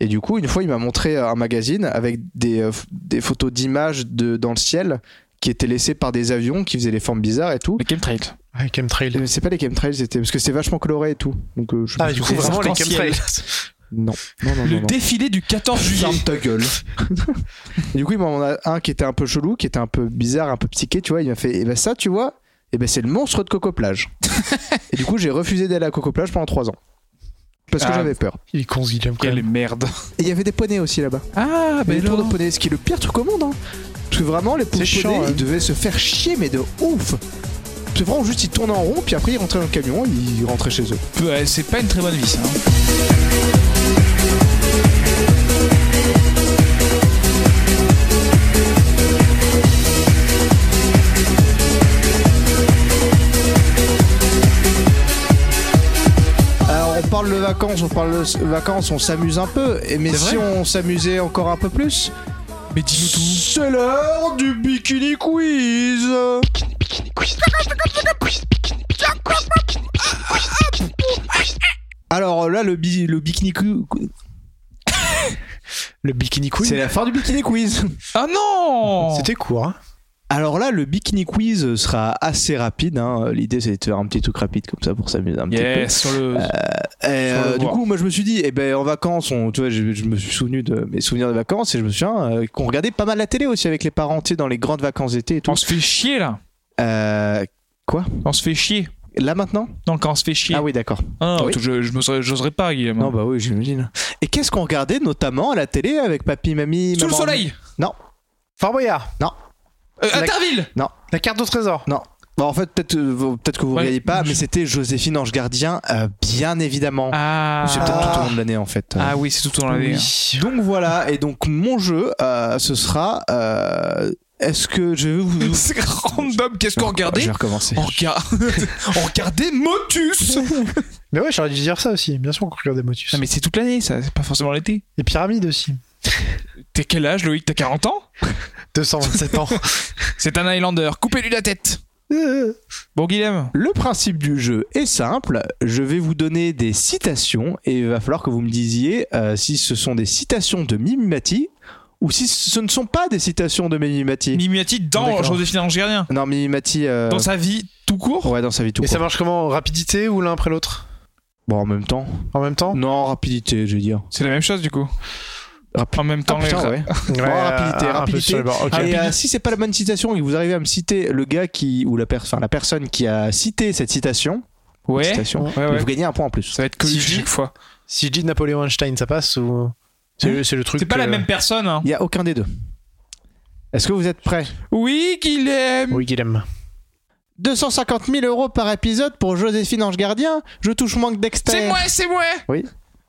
[SPEAKER 2] Et du coup, une fois, il m'a montré euh, un magazine avec des, euh, f- des photos d'images de, dans le ciel qui étaient laissées par des avions qui faisaient des formes bizarres et tout.
[SPEAKER 1] Le Chemtrail.
[SPEAKER 3] Ouais, Ah, chemtrail.
[SPEAKER 2] Mais C'est pas les chemtrails, c'était parce que c'est vachement coloré et tout. Donc, euh, je sais
[SPEAKER 3] Ah,
[SPEAKER 2] pas
[SPEAKER 3] du
[SPEAKER 2] ce
[SPEAKER 3] coup,
[SPEAKER 2] que c'est.
[SPEAKER 3] vraiment les
[SPEAKER 1] arc-en-ciel.
[SPEAKER 3] chemtrails.
[SPEAKER 2] Non, non, non. non,
[SPEAKER 1] Le
[SPEAKER 2] non.
[SPEAKER 1] défilé du
[SPEAKER 2] Oh,
[SPEAKER 1] 14 juillet.
[SPEAKER 2] Ferme ta gueule. du coup, il m'en a un qui était un peu chelou, qui était un peu bizarre, un peu psyché, tu vois. Il m'a fait, eh ben ça, tu vois, eh ben c'est le monstre de Coco Plage. et du coup, j'ai refusé d'aller à Coco Plage pendant 3 ans. Parce que
[SPEAKER 1] Ah.
[SPEAKER 2] j'avais peur.
[SPEAKER 3] Il est con, ce Guillaume, quand
[SPEAKER 1] Quelle
[SPEAKER 3] même.
[SPEAKER 1] merde.
[SPEAKER 2] Et il y avait des poneys aussi là-bas.
[SPEAKER 1] Ah,
[SPEAKER 2] Des
[SPEAKER 1] ben
[SPEAKER 2] tours de
[SPEAKER 1] non.
[SPEAKER 2] poneys, ce qui est le pire truc au monde. Hein. Parce que vraiment, les pauvres
[SPEAKER 3] C'est chiant,
[SPEAKER 2] poneys,
[SPEAKER 3] hein.
[SPEAKER 2] ils devaient se faire chier, mais de ouf. C'est vraiment juste, ils tournaient en rond, puis après, ils rentraient dans le camion, ils rentraient chez eux.
[SPEAKER 1] Ouais, C'est pas une très bonne vie, ça. hein.
[SPEAKER 2] Alors, on parle de vacances, on parle de s- vacances, on s'amuse un peu. Et mais
[SPEAKER 1] C'est
[SPEAKER 2] si on s'amusait encore un peu plus,
[SPEAKER 1] Mais dis-nous tout.
[SPEAKER 2] C'est l'heure du Bikini Quiz Alors là, le, bi- le Bikini Quiz...
[SPEAKER 3] Le Bikini
[SPEAKER 2] C'est
[SPEAKER 3] Queen.
[SPEAKER 2] la fin du Bikini Quiz
[SPEAKER 1] Ah non
[SPEAKER 3] C'était court, hein.
[SPEAKER 2] Alors là, le Bikini Quiz sera assez rapide. hein. L'idée, c'est de faire un petit truc rapide comme ça pour s'amuser un petit peu.
[SPEAKER 1] Yes, sur le.
[SPEAKER 2] Et, euh,
[SPEAKER 1] le
[SPEAKER 2] du
[SPEAKER 1] voir.
[SPEAKER 2] coup, moi je me suis dit, eh ben, en vacances, on, tu vois, je, je me suis souvenu de mes souvenirs de vacances et je me souviens euh, qu'on regardait pas mal la télé aussi avec les parents, tu sais, dans les grandes vacances d'été et tout.
[SPEAKER 1] On se fait chier là.
[SPEAKER 2] Euh,
[SPEAKER 1] On se fait chier.
[SPEAKER 2] là maintenant
[SPEAKER 1] Non, quand on se fait chier.
[SPEAKER 2] Ah oui, d'accord.
[SPEAKER 1] Ah,
[SPEAKER 2] Oui.
[SPEAKER 1] Je, je me serais- j'oserais pas, Guillaume.
[SPEAKER 2] Non, bah oui, j'imagine. Et qu'est-ce qu'on regardait notamment à la télé avec papy, mamie,
[SPEAKER 1] Sous le
[SPEAKER 2] maman
[SPEAKER 1] soleil
[SPEAKER 3] Fort Boyard.
[SPEAKER 1] Euh,
[SPEAKER 2] La-
[SPEAKER 1] Interville
[SPEAKER 3] La carte au trésor.
[SPEAKER 2] Bon, en fait, peut-être euh, vous- peut-être que vous ne
[SPEAKER 1] Ouais.
[SPEAKER 2] regardiez pas, mais c'était Joséphine Ange Gardien, euh, bien évidemment.
[SPEAKER 1] Ah.
[SPEAKER 2] C'est peut-être tout au long de l'année en fait. Euh,
[SPEAKER 1] Ah oui, c'est tout au long de l'année.
[SPEAKER 3] Oui.
[SPEAKER 2] Donc voilà, et donc mon jeu, euh, ce sera. euh, Est-ce que je vais vous.
[SPEAKER 1] C'est random, qu'est-ce qu'on
[SPEAKER 2] Je
[SPEAKER 1] regardait
[SPEAKER 2] vais recommencer.
[SPEAKER 1] on, regard- on regardait Motus
[SPEAKER 3] Mais ouais, j'aurais dû dire ça aussi. Bien sûr qu'on regarde des Motus.
[SPEAKER 1] Non mais c'est toute l'année ça, c'est pas forcément l'été.
[SPEAKER 3] Les pyramides aussi.
[SPEAKER 1] T'es quel âge Loïc T'as 40 ans
[SPEAKER 3] 227 ans.
[SPEAKER 1] C'est un Highlander, coupez-lui la tête
[SPEAKER 3] Euh,
[SPEAKER 1] Bon Guillaume
[SPEAKER 2] Le principe du jeu est simple. Je vais vous donner des citations et il va falloir que vous me disiez euh, si ce sont des citations de Mimimati ou si ce ne sont pas des citations de Mimimati.
[SPEAKER 1] Mimiati dans
[SPEAKER 3] D'accord.
[SPEAKER 1] Joséphine Angérien.
[SPEAKER 2] non, Mimimati. euh,
[SPEAKER 1] Dans sa vie tout court
[SPEAKER 2] Ouais, dans sa vie tout
[SPEAKER 3] Et ça
[SPEAKER 2] court.
[SPEAKER 3] marche comment Rapidité ou l'un après l'autre
[SPEAKER 2] Bon, en même temps.
[SPEAKER 3] En même temps
[SPEAKER 2] Non, rapidité, je vais dire.
[SPEAKER 1] C'est la même chose du coup.
[SPEAKER 2] Rapi-
[SPEAKER 1] En même temps,
[SPEAKER 2] Ah, putain,
[SPEAKER 1] les-
[SPEAKER 2] ouais.
[SPEAKER 3] Ouais,
[SPEAKER 2] rapidité,
[SPEAKER 3] un peu
[SPEAKER 2] rapidité.
[SPEAKER 3] sur les bords, ok.
[SPEAKER 2] Et euh, si c'est pas la bonne citation et que vous arrivez à me citer le gars qui ou la, per- enfin, la personne qui a cité cette citation,
[SPEAKER 1] ouais.
[SPEAKER 2] citation
[SPEAKER 1] Ouais, ouais.
[SPEAKER 2] vous gagnez un point en plus.
[SPEAKER 1] Ça va être connu
[SPEAKER 3] Si je-
[SPEAKER 1] chaque fois.
[SPEAKER 3] Si je dis Napoléon Einstein, ça passe ou. C'est le, c'est le truc.
[SPEAKER 1] C'est pas la
[SPEAKER 3] euh,
[SPEAKER 1] même personne. Hein.
[SPEAKER 2] Il y a aucun des deux. Est-ce que vous êtes prêts
[SPEAKER 1] Oui, Guillaume
[SPEAKER 3] Oui, Guillaume.
[SPEAKER 2] 250 000 euros par épisode pour Joséphine Ange Gardien. Je touche manque
[SPEAKER 1] C'est
[SPEAKER 2] d'expert.
[SPEAKER 1] moi, c'est moi
[SPEAKER 2] Oui.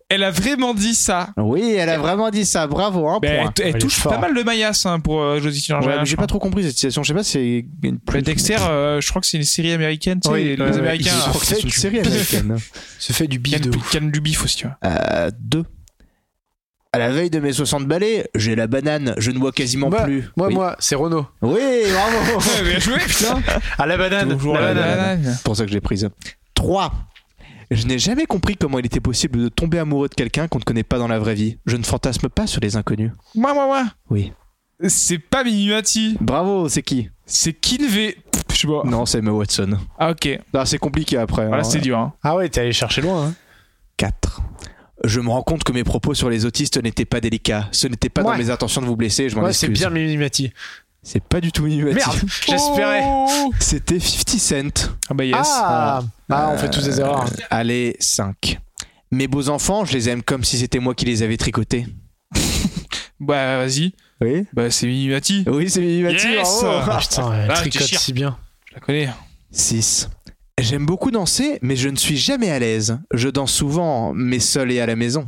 [SPEAKER 1] Elle a vraiment dit ça.
[SPEAKER 2] Oui, elle a vraiment dit ça. Bravo,
[SPEAKER 1] Ben,
[SPEAKER 2] un point.
[SPEAKER 1] elle, elle
[SPEAKER 3] Elle est
[SPEAKER 1] touche
[SPEAKER 3] fort.
[SPEAKER 1] pas mal de maillas hein, pour euh, Joséphine
[SPEAKER 2] Ouais,
[SPEAKER 1] Angérien.
[SPEAKER 2] mais j'ai pas trop compris cette citation. Je sais pas, c'est une
[SPEAKER 1] Bah, Dexter, euh, je crois que c'est une série américaine, tu sais,
[SPEAKER 3] Oui,
[SPEAKER 1] les- les
[SPEAKER 3] ouais, ouais,
[SPEAKER 1] Américains.
[SPEAKER 3] ils
[SPEAKER 2] Je
[SPEAKER 3] se
[SPEAKER 1] euh,
[SPEAKER 2] crois que c'est une série américaine.
[SPEAKER 3] Se fait du bif
[SPEAKER 1] Canne
[SPEAKER 3] de
[SPEAKER 1] du-
[SPEAKER 3] ouf.
[SPEAKER 1] Canne du bif aussi, tu vois.
[SPEAKER 2] Euh, deux. À la veille de mes 60 balais, j'ai la banane, je ne vois quasiment
[SPEAKER 3] Bah,
[SPEAKER 2] plus.
[SPEAKER 3] Moi,
[SPEAKER 2] oui.
[SPEAKER 3] moi, c'est Renault.
[SPEAKER 2] Oui, bravo.
[SPEAKER 1] Ouais, bien joué, putain
[SPEAKER 3] À la banane.
[SPEAKER 1] Toujours la
[SPEAKER 3] la banane.
[SPEAKER 1] banane.
[SPEAKER 2] C'est pour ça que je l'ai prise. 3. Je n'ai jamais compris comment il était possible de tomber amoureux de quelqu'un qu'on ne connaît pas dans la vraie vie. Je ne fantasme pas sur les inconnus.
[SPEAKER 1] Moi, moi, moi
[SPEAKER 2] Oui.
[SPEAKER 1] C'est pas Minimati,
[SPEAKER 2] Bravo, c'est qui
[SPEAKER 1] c'est Kinvey. Pff, Je sais pas.
[SPEAKER 2] Non, c'est Emma Watson.
[SPEAKER 1] Ah, ok.
[SPEAKER 2] Ah, c'est compliqué après.
[SPEAKER 1] Voilà, c'est dur. Hein.
[SPEAKER 3] Ah ouais, t'es allé chercher loin. hein.
[SPEAKER 2] 4. Je me rends compte que mes propos sur les autistes n'étaient pas délicats. Ce n'était pas dans
[SPEAKER 3] Ouais.
[SPEAKER 2] mes intentions de vous blesser, je m'en
[SPEAKER 3] Ouais, c'est
[SPEAKER 2] excuse.
[SPEAKER 3] bien Mimimati.
[SPEAKER 2] C'est pas du tout Mimimati.
[SPEAKER 3] Merde, j'espérais.
[SPEAKER 1] Oh
[SPEAKER 2] C'était 50 Cent.
[SPEAKER 1] ah, bah, yes.
[SPEAKER 3] Ah, Ah, on fait tous des erreurs.
[SPEAKER 2] Allez, 5. Mes beaux enfants, je les aime comme si c'était moi qui les avais tricotés.
[SPEAKER 1] Bah, vas-y.
[SPEAKER 2] Oui
[SPEAKER 1] Bah, c'est Minimati.
[SPEAKER 2] Oui, c'est Mimimati.
[SPEAKER 1] Yes
[SPEAKER 2] bravo.
[SPEAKER 3] Ah, putain, elle
[SPEAKER 1] Ah, t'es
[SPEAKER 3] tricote
[SPEAKER 1] chiant.
[SPEAKER 3] si bien.
[SPEAKER 1] Je la connais.
[SPEAKER 2] 6. J'aime beaucoup danser, mais je ne suis jamais à l'aise. Je danse souvent, mais seul et à la maison.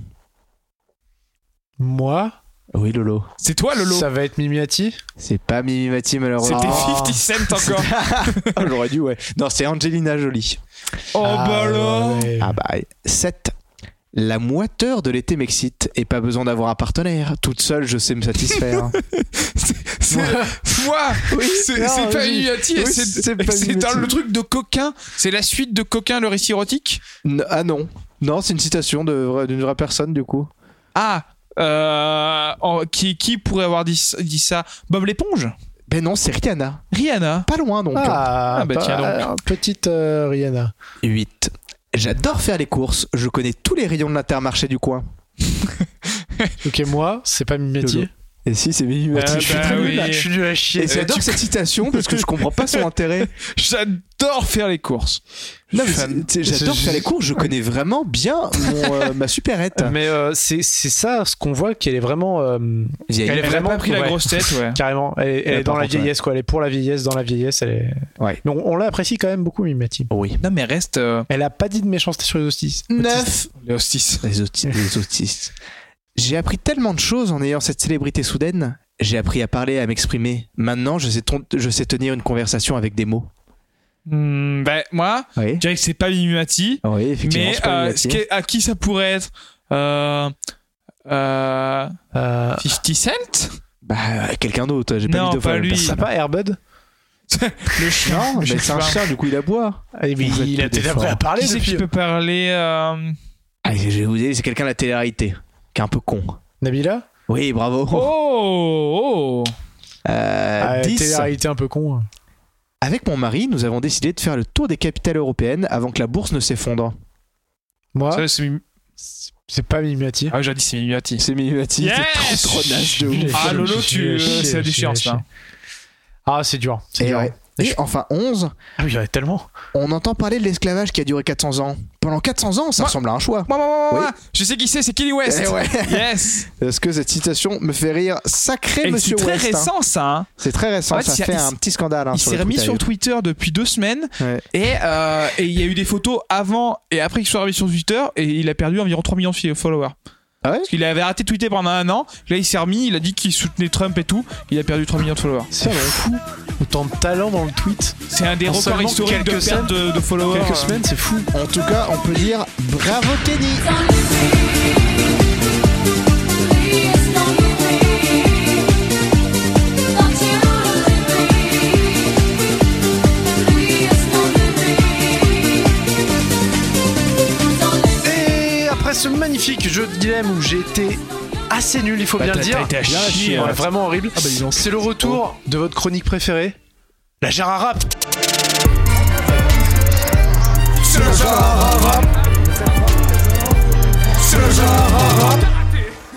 [SPEAKER 3] Moi,
[SPEAKER 2] Oui, Lolo.
[SPEAKER 1] C'est toi, Lolo
[SPEAKER 3] ça va être Mimiati.
[SPEAKER 2] C'est pas Mimi Mati, malheureusement.
[SPEAKER 1] C'était
[SPEAKER 3] Oh.
[SPEAKER 1] 50 Cent encore.
[SPEAKER 2] Ah, J'aurais dû, ouais. Non, c'est Angelina Jolie.
[SPEAKER 1] Oh bah là
[SPEAKER 2] Ah bah, 7. La moiteur de l'été m'excite et pas besoin d'avoir un partenaire. Toute seule, je sais me satisfaire.
[SPEAKER 1] C'est- Moi, c'est
[SPEAKER 2] non,
[SPEAKER 1] c'est pas
[SPEAKER 2] oui.
[SPEAKER 1] Illuminati,
[SPEAKER 2] Oui,
[SPEAKER 1] et c'est
[SPEAKER 2] c'est pas
[SPEAKER 1] et c'est
[SPEAKER 2] Illuminati.
[SPEAKER 1] dans le truc de coquin. C'est la suite de coquin, le récit érotique.
[SPEAKER 2] N- ah non. Non, c'est une citation de vra- d'une vraie personne, du coup.
[SPEAKER 1] Ah, euh, en- qui, qui pourrait avoir dit, dit ça Bob l'éponge
[SPEAKER 2] Ben non, c'est Rihanna.
[SPEAKER 1] Rihanna
[SPEAKER 2] Pas loin, donc.
[SPEAKER 3] Ah,
[SPEAKER 1] Ah, bah, tiens donc.
[SPEAKER 3] alors, petite euh, Rihanna.
[SPEAKER 2] 8. J'adore faire les courses. Je connais tous les rayons de l'intermarché du coin.
[SPEAKER 3] Ok, moi, c'est pas Mimiati.
[SPEAKER 2] Lolo. Et si, c'est Mimi Mati.
[SPEAKER 1] Ah
[SPEAKER 2] je suis
[SPEAKER 1] bah
[SPEAKER 2] nul.
[SPEAKER 1] oui. Euh,
[SPEAKER 3] Je suis nul à chier.
[SPEAKER 2] Et j'adore cette citation parce que je comprends pas son intérêt.
[SPEAKER 1] J'adore faire les courses. Je
[SPEAKER 2] Non, mais
[SPEAKER 1] suis fan.
[SPEAKER 2] c'est- c'est- j'adore
[SPEAKER 3] C'est-
[SPEAKER 2] faire les courses. Je connais vraiment bien mon, euh, ma supérette.
[SPEAKER 3] Mais euh, c'est c'est ça ce qu'on voit qu'elle est vraiment euh,
[SPEAKER 2] Vieille.
[SPEAKER 1] Elle,
[SPEAKER 3] Elle
[SPEAKER 1] a
[SPEAKER 3] est
[SPEAKER 1] vraiment
[SPEAKER 3] vraiment-
[SPEAKER 1] pris la
[SPEAKER 3] ouais.
[SPEAKER 1] grosse tête, ouais.
[SPEAKER 3] carrément. Elle, est- elle
[SPEAKER 2] Ouais,
[SPEAKER 3] est dans
[SPEAKER 2] par
[SPEAKER 3] la
[SPEAKER 2] contre, ouais.
[SPEAKER 3] vieillesse quoi. Elle est pour la vieillesse, dans la vieillesse. Elle est.
[SPEAKER 2] Ouais.
[SPEAKER 3] Mais on, on l'apprécie quand même beaucoup Mimiati.
[SPEAKER 2] Oui.
[SPEAKER 1] Non, mais reste euh,
[SPEAKER 3] Elle a pas dit de méchanceté sur les hosties.
[SPEAKER 2] 9.
[SPEAKER 1] les hosties.
[SPEAKER 2] Les, auti- les autistes. J'ai appris tellement de choses en ayant cette célébrité soudaine. J'ai appris à parler, à m'exprimer. Maintenant, je sais, ton- je sais tenir une conversation avec des mots.
[SPEAKER 1] Hmm, bah, moi,
[SPEAKER 2] Oui. Ah
[SPEAKER 1] je dirais que c'est pas Mimimati.
[SPEAKER 2] Oui, effectivement.
[SPEAKER 1] Mais
[SPEAKER 2] c'est pas
[SPEAKER 1] euh,
[SPEAKER 2] une
[SPEAKER 1] ce
[SPEAKER 2] latine.
[SPEAKER 1] qu'est- à qui ça pourrait être euh, euh,
[SPEAKER 3] Euh,
[SPEAKER 1] 50 Cent
[SPEAKER 2] Bah, euh, quelqu'un d'autre. J'ai pas
[SPEAKER 1] Non,
[SPEAKER 2] mis deux fois
[SPEAKER 1] pas
[SPEAKER 2] la même
[SPEAKER 1] lui.
[SPEAKER 2] personne.
[SPEAKER 3] ça pas Airbud
[SPEAKER 1] Le chien.
[SPEAKER 2] Non, mais
[SPEAKER 1] Je sais
[SPEAKER 2] c'est un
[SPEAKER 1] pas. Ah,
[SPEAKER 2] chien, du coup, il aboie. Vous faites
[SPEAKER 3] Il a
[SPEAKER 2] tout
[SPEAKER 3] déjà
[SPEAKER 2] d'efforts.
[SPEAKER 3] prêt à parler
[SPEAKER 1] Qui c'est qui
[SPEAKER 3] depuis.
[SPEAKER 1] peut parler euh,
[SPEAKER 2] Ah, je vais vous dire, c'est quelqu'un de la télé-réalité. Qui est un peu con.
[SPEAKER 3] Nabila
[SPEAKER 2] Oui, bravo.
[SPEAKER 1] Oh, oh
[SPEAKER 2] Euh,
[SPEAKER 3] Ah,
[SPEAKER 2] 10.
[SPEAKER 3] Télé-réalité un peu con. hein.
[SPEAKER 2] Avec mon mari, nous avons décidé de faire le tour des capitales européennes avant que la bourse ne s'effondre.
[SPEAKER 3] Moi,
[SPEAKER 1] Ça, c'est Mimi-
[SPEAKER 3] c'est pas Mimiati.
[SPEAKER 1] Ah, j'ai dit c'est Mimimati.
[SPEAKER 2] C'est Mimimati,
[SPEAKER 1] Yes
[SPEAKER 2] c'est trop, trop naze de ouf.
[SPEAKER 1] Ah, Lolo,
[SPEAKER 3] Je-
[SPEAKER 1] tu-
[SPEAKER 3] je- je-
[SPEAKER 1] c'est la
[SPEAKER 3] je-
[SPEAKER 1] déchéance,
[SPEAKER 3] je-
[SPEAKER 1] là.
[SPEAKER 3] Ah, c'est dur. C'est
[SPEAKER 2] Et,
[SPEAKER 3] dur.
[SPEAKER 2] ouais. Et enfin, 11.
[SPEAKER 3] Ah oui, il y en a tellement.
[SPEAKER 2] On entend parler de l'esclavage qui a duré 400 ans. Pendant 400 ans, ça
[SPEAKER 1] Moi-
[SPEAKER 2] ressemble à un choix.
[SPEAKER 1] Moi, moi, moi, moi,
[SPEAKER 2] Oui.
[SPEAKER 1] moi. Je sais qui c'est, c'est Kenny West.
[SPEAKER 2] Eh ouais.
[SPEAKER 1] Yes.
[SPEAKER 2] Parce que cette citation me fait rire. Sacré
[SPEAKER 1] Et
[SPEAKER 2] Monsieur
[SPEAKER 1] c'est très
[SPEAKER 2] West. hein.
[SPEAKER 1] récent, ça. hein.
[SPEAKER 2] C'est très récent.
[SPEAKER 1] En fait,
[SPEAKER 2] ça
[SPEAKER 1] il y a-
[SPEAKER 2] fait
[SPEAKER 1] il
[SPEAKER 2] un
[SPEAKER 1] s-
[SPEAKER 2] petit scandale.
[SPEAKER 3] Ah,
[SPEAKER 2] hein,
[SPEAKER 1] il
[SPEAKER 2] sur
[SPEAKER 1] s'est
[SPEAKER 2] le
[SPEAKER 1] remis
[SPEAKER 2] Twitter.
[SPEAKER 1] sur Twitter depuis deux semaines
[SPEAKER 2] Ouais.
[SPEAKER 1] et euh, et il y a eu des photos avant et après qu'il soit remis sur Twitter et il a perdu environ 3 millions de fi- followers.
[SPEAKER 2] Ah ouais
[SPEAKER 1] Parce qu'il avait arrêté de tweeter pendant un an, là il s'est remis, il a dit qu'il soutenait Trump et tout, il a perdu 3 millions de followers.
[SPEAKER 3] C'est fou. Autant de talent dans le tweet.
[SPEAKER 1] C'est un des
[SPEAKER 3] En
[SPEAKER 1] records
[SPEAKER 3] seulement
[SPEAKER 1] historiques de
[SPEAKER 3] quelques
[SPEAKER 1] perte de, de followers.
[SPEAKER 3] Quelques semaines, c'est fou.
[SPEAKER 2] En tout cas, on peut dire bravo Kenny.
[SPEAKER 3] Et après ce magnifique jeu de dilemme où j'ai été assez nul, il
[SPEAKER 2] Bah,
[SPEAKER 3] faut bien le dire.
[SPEAKER 2] Bien
[SPEAKER 1] chier,
[SPEAKER 2] sûr.
[SPEAKER 3] Ouais, vraiment horrible.
[SPEAKER 2] Ah bah, dis donc.
[SPEAKER 3] c'est le retour de votre chronique préférée, la Gérard Rap.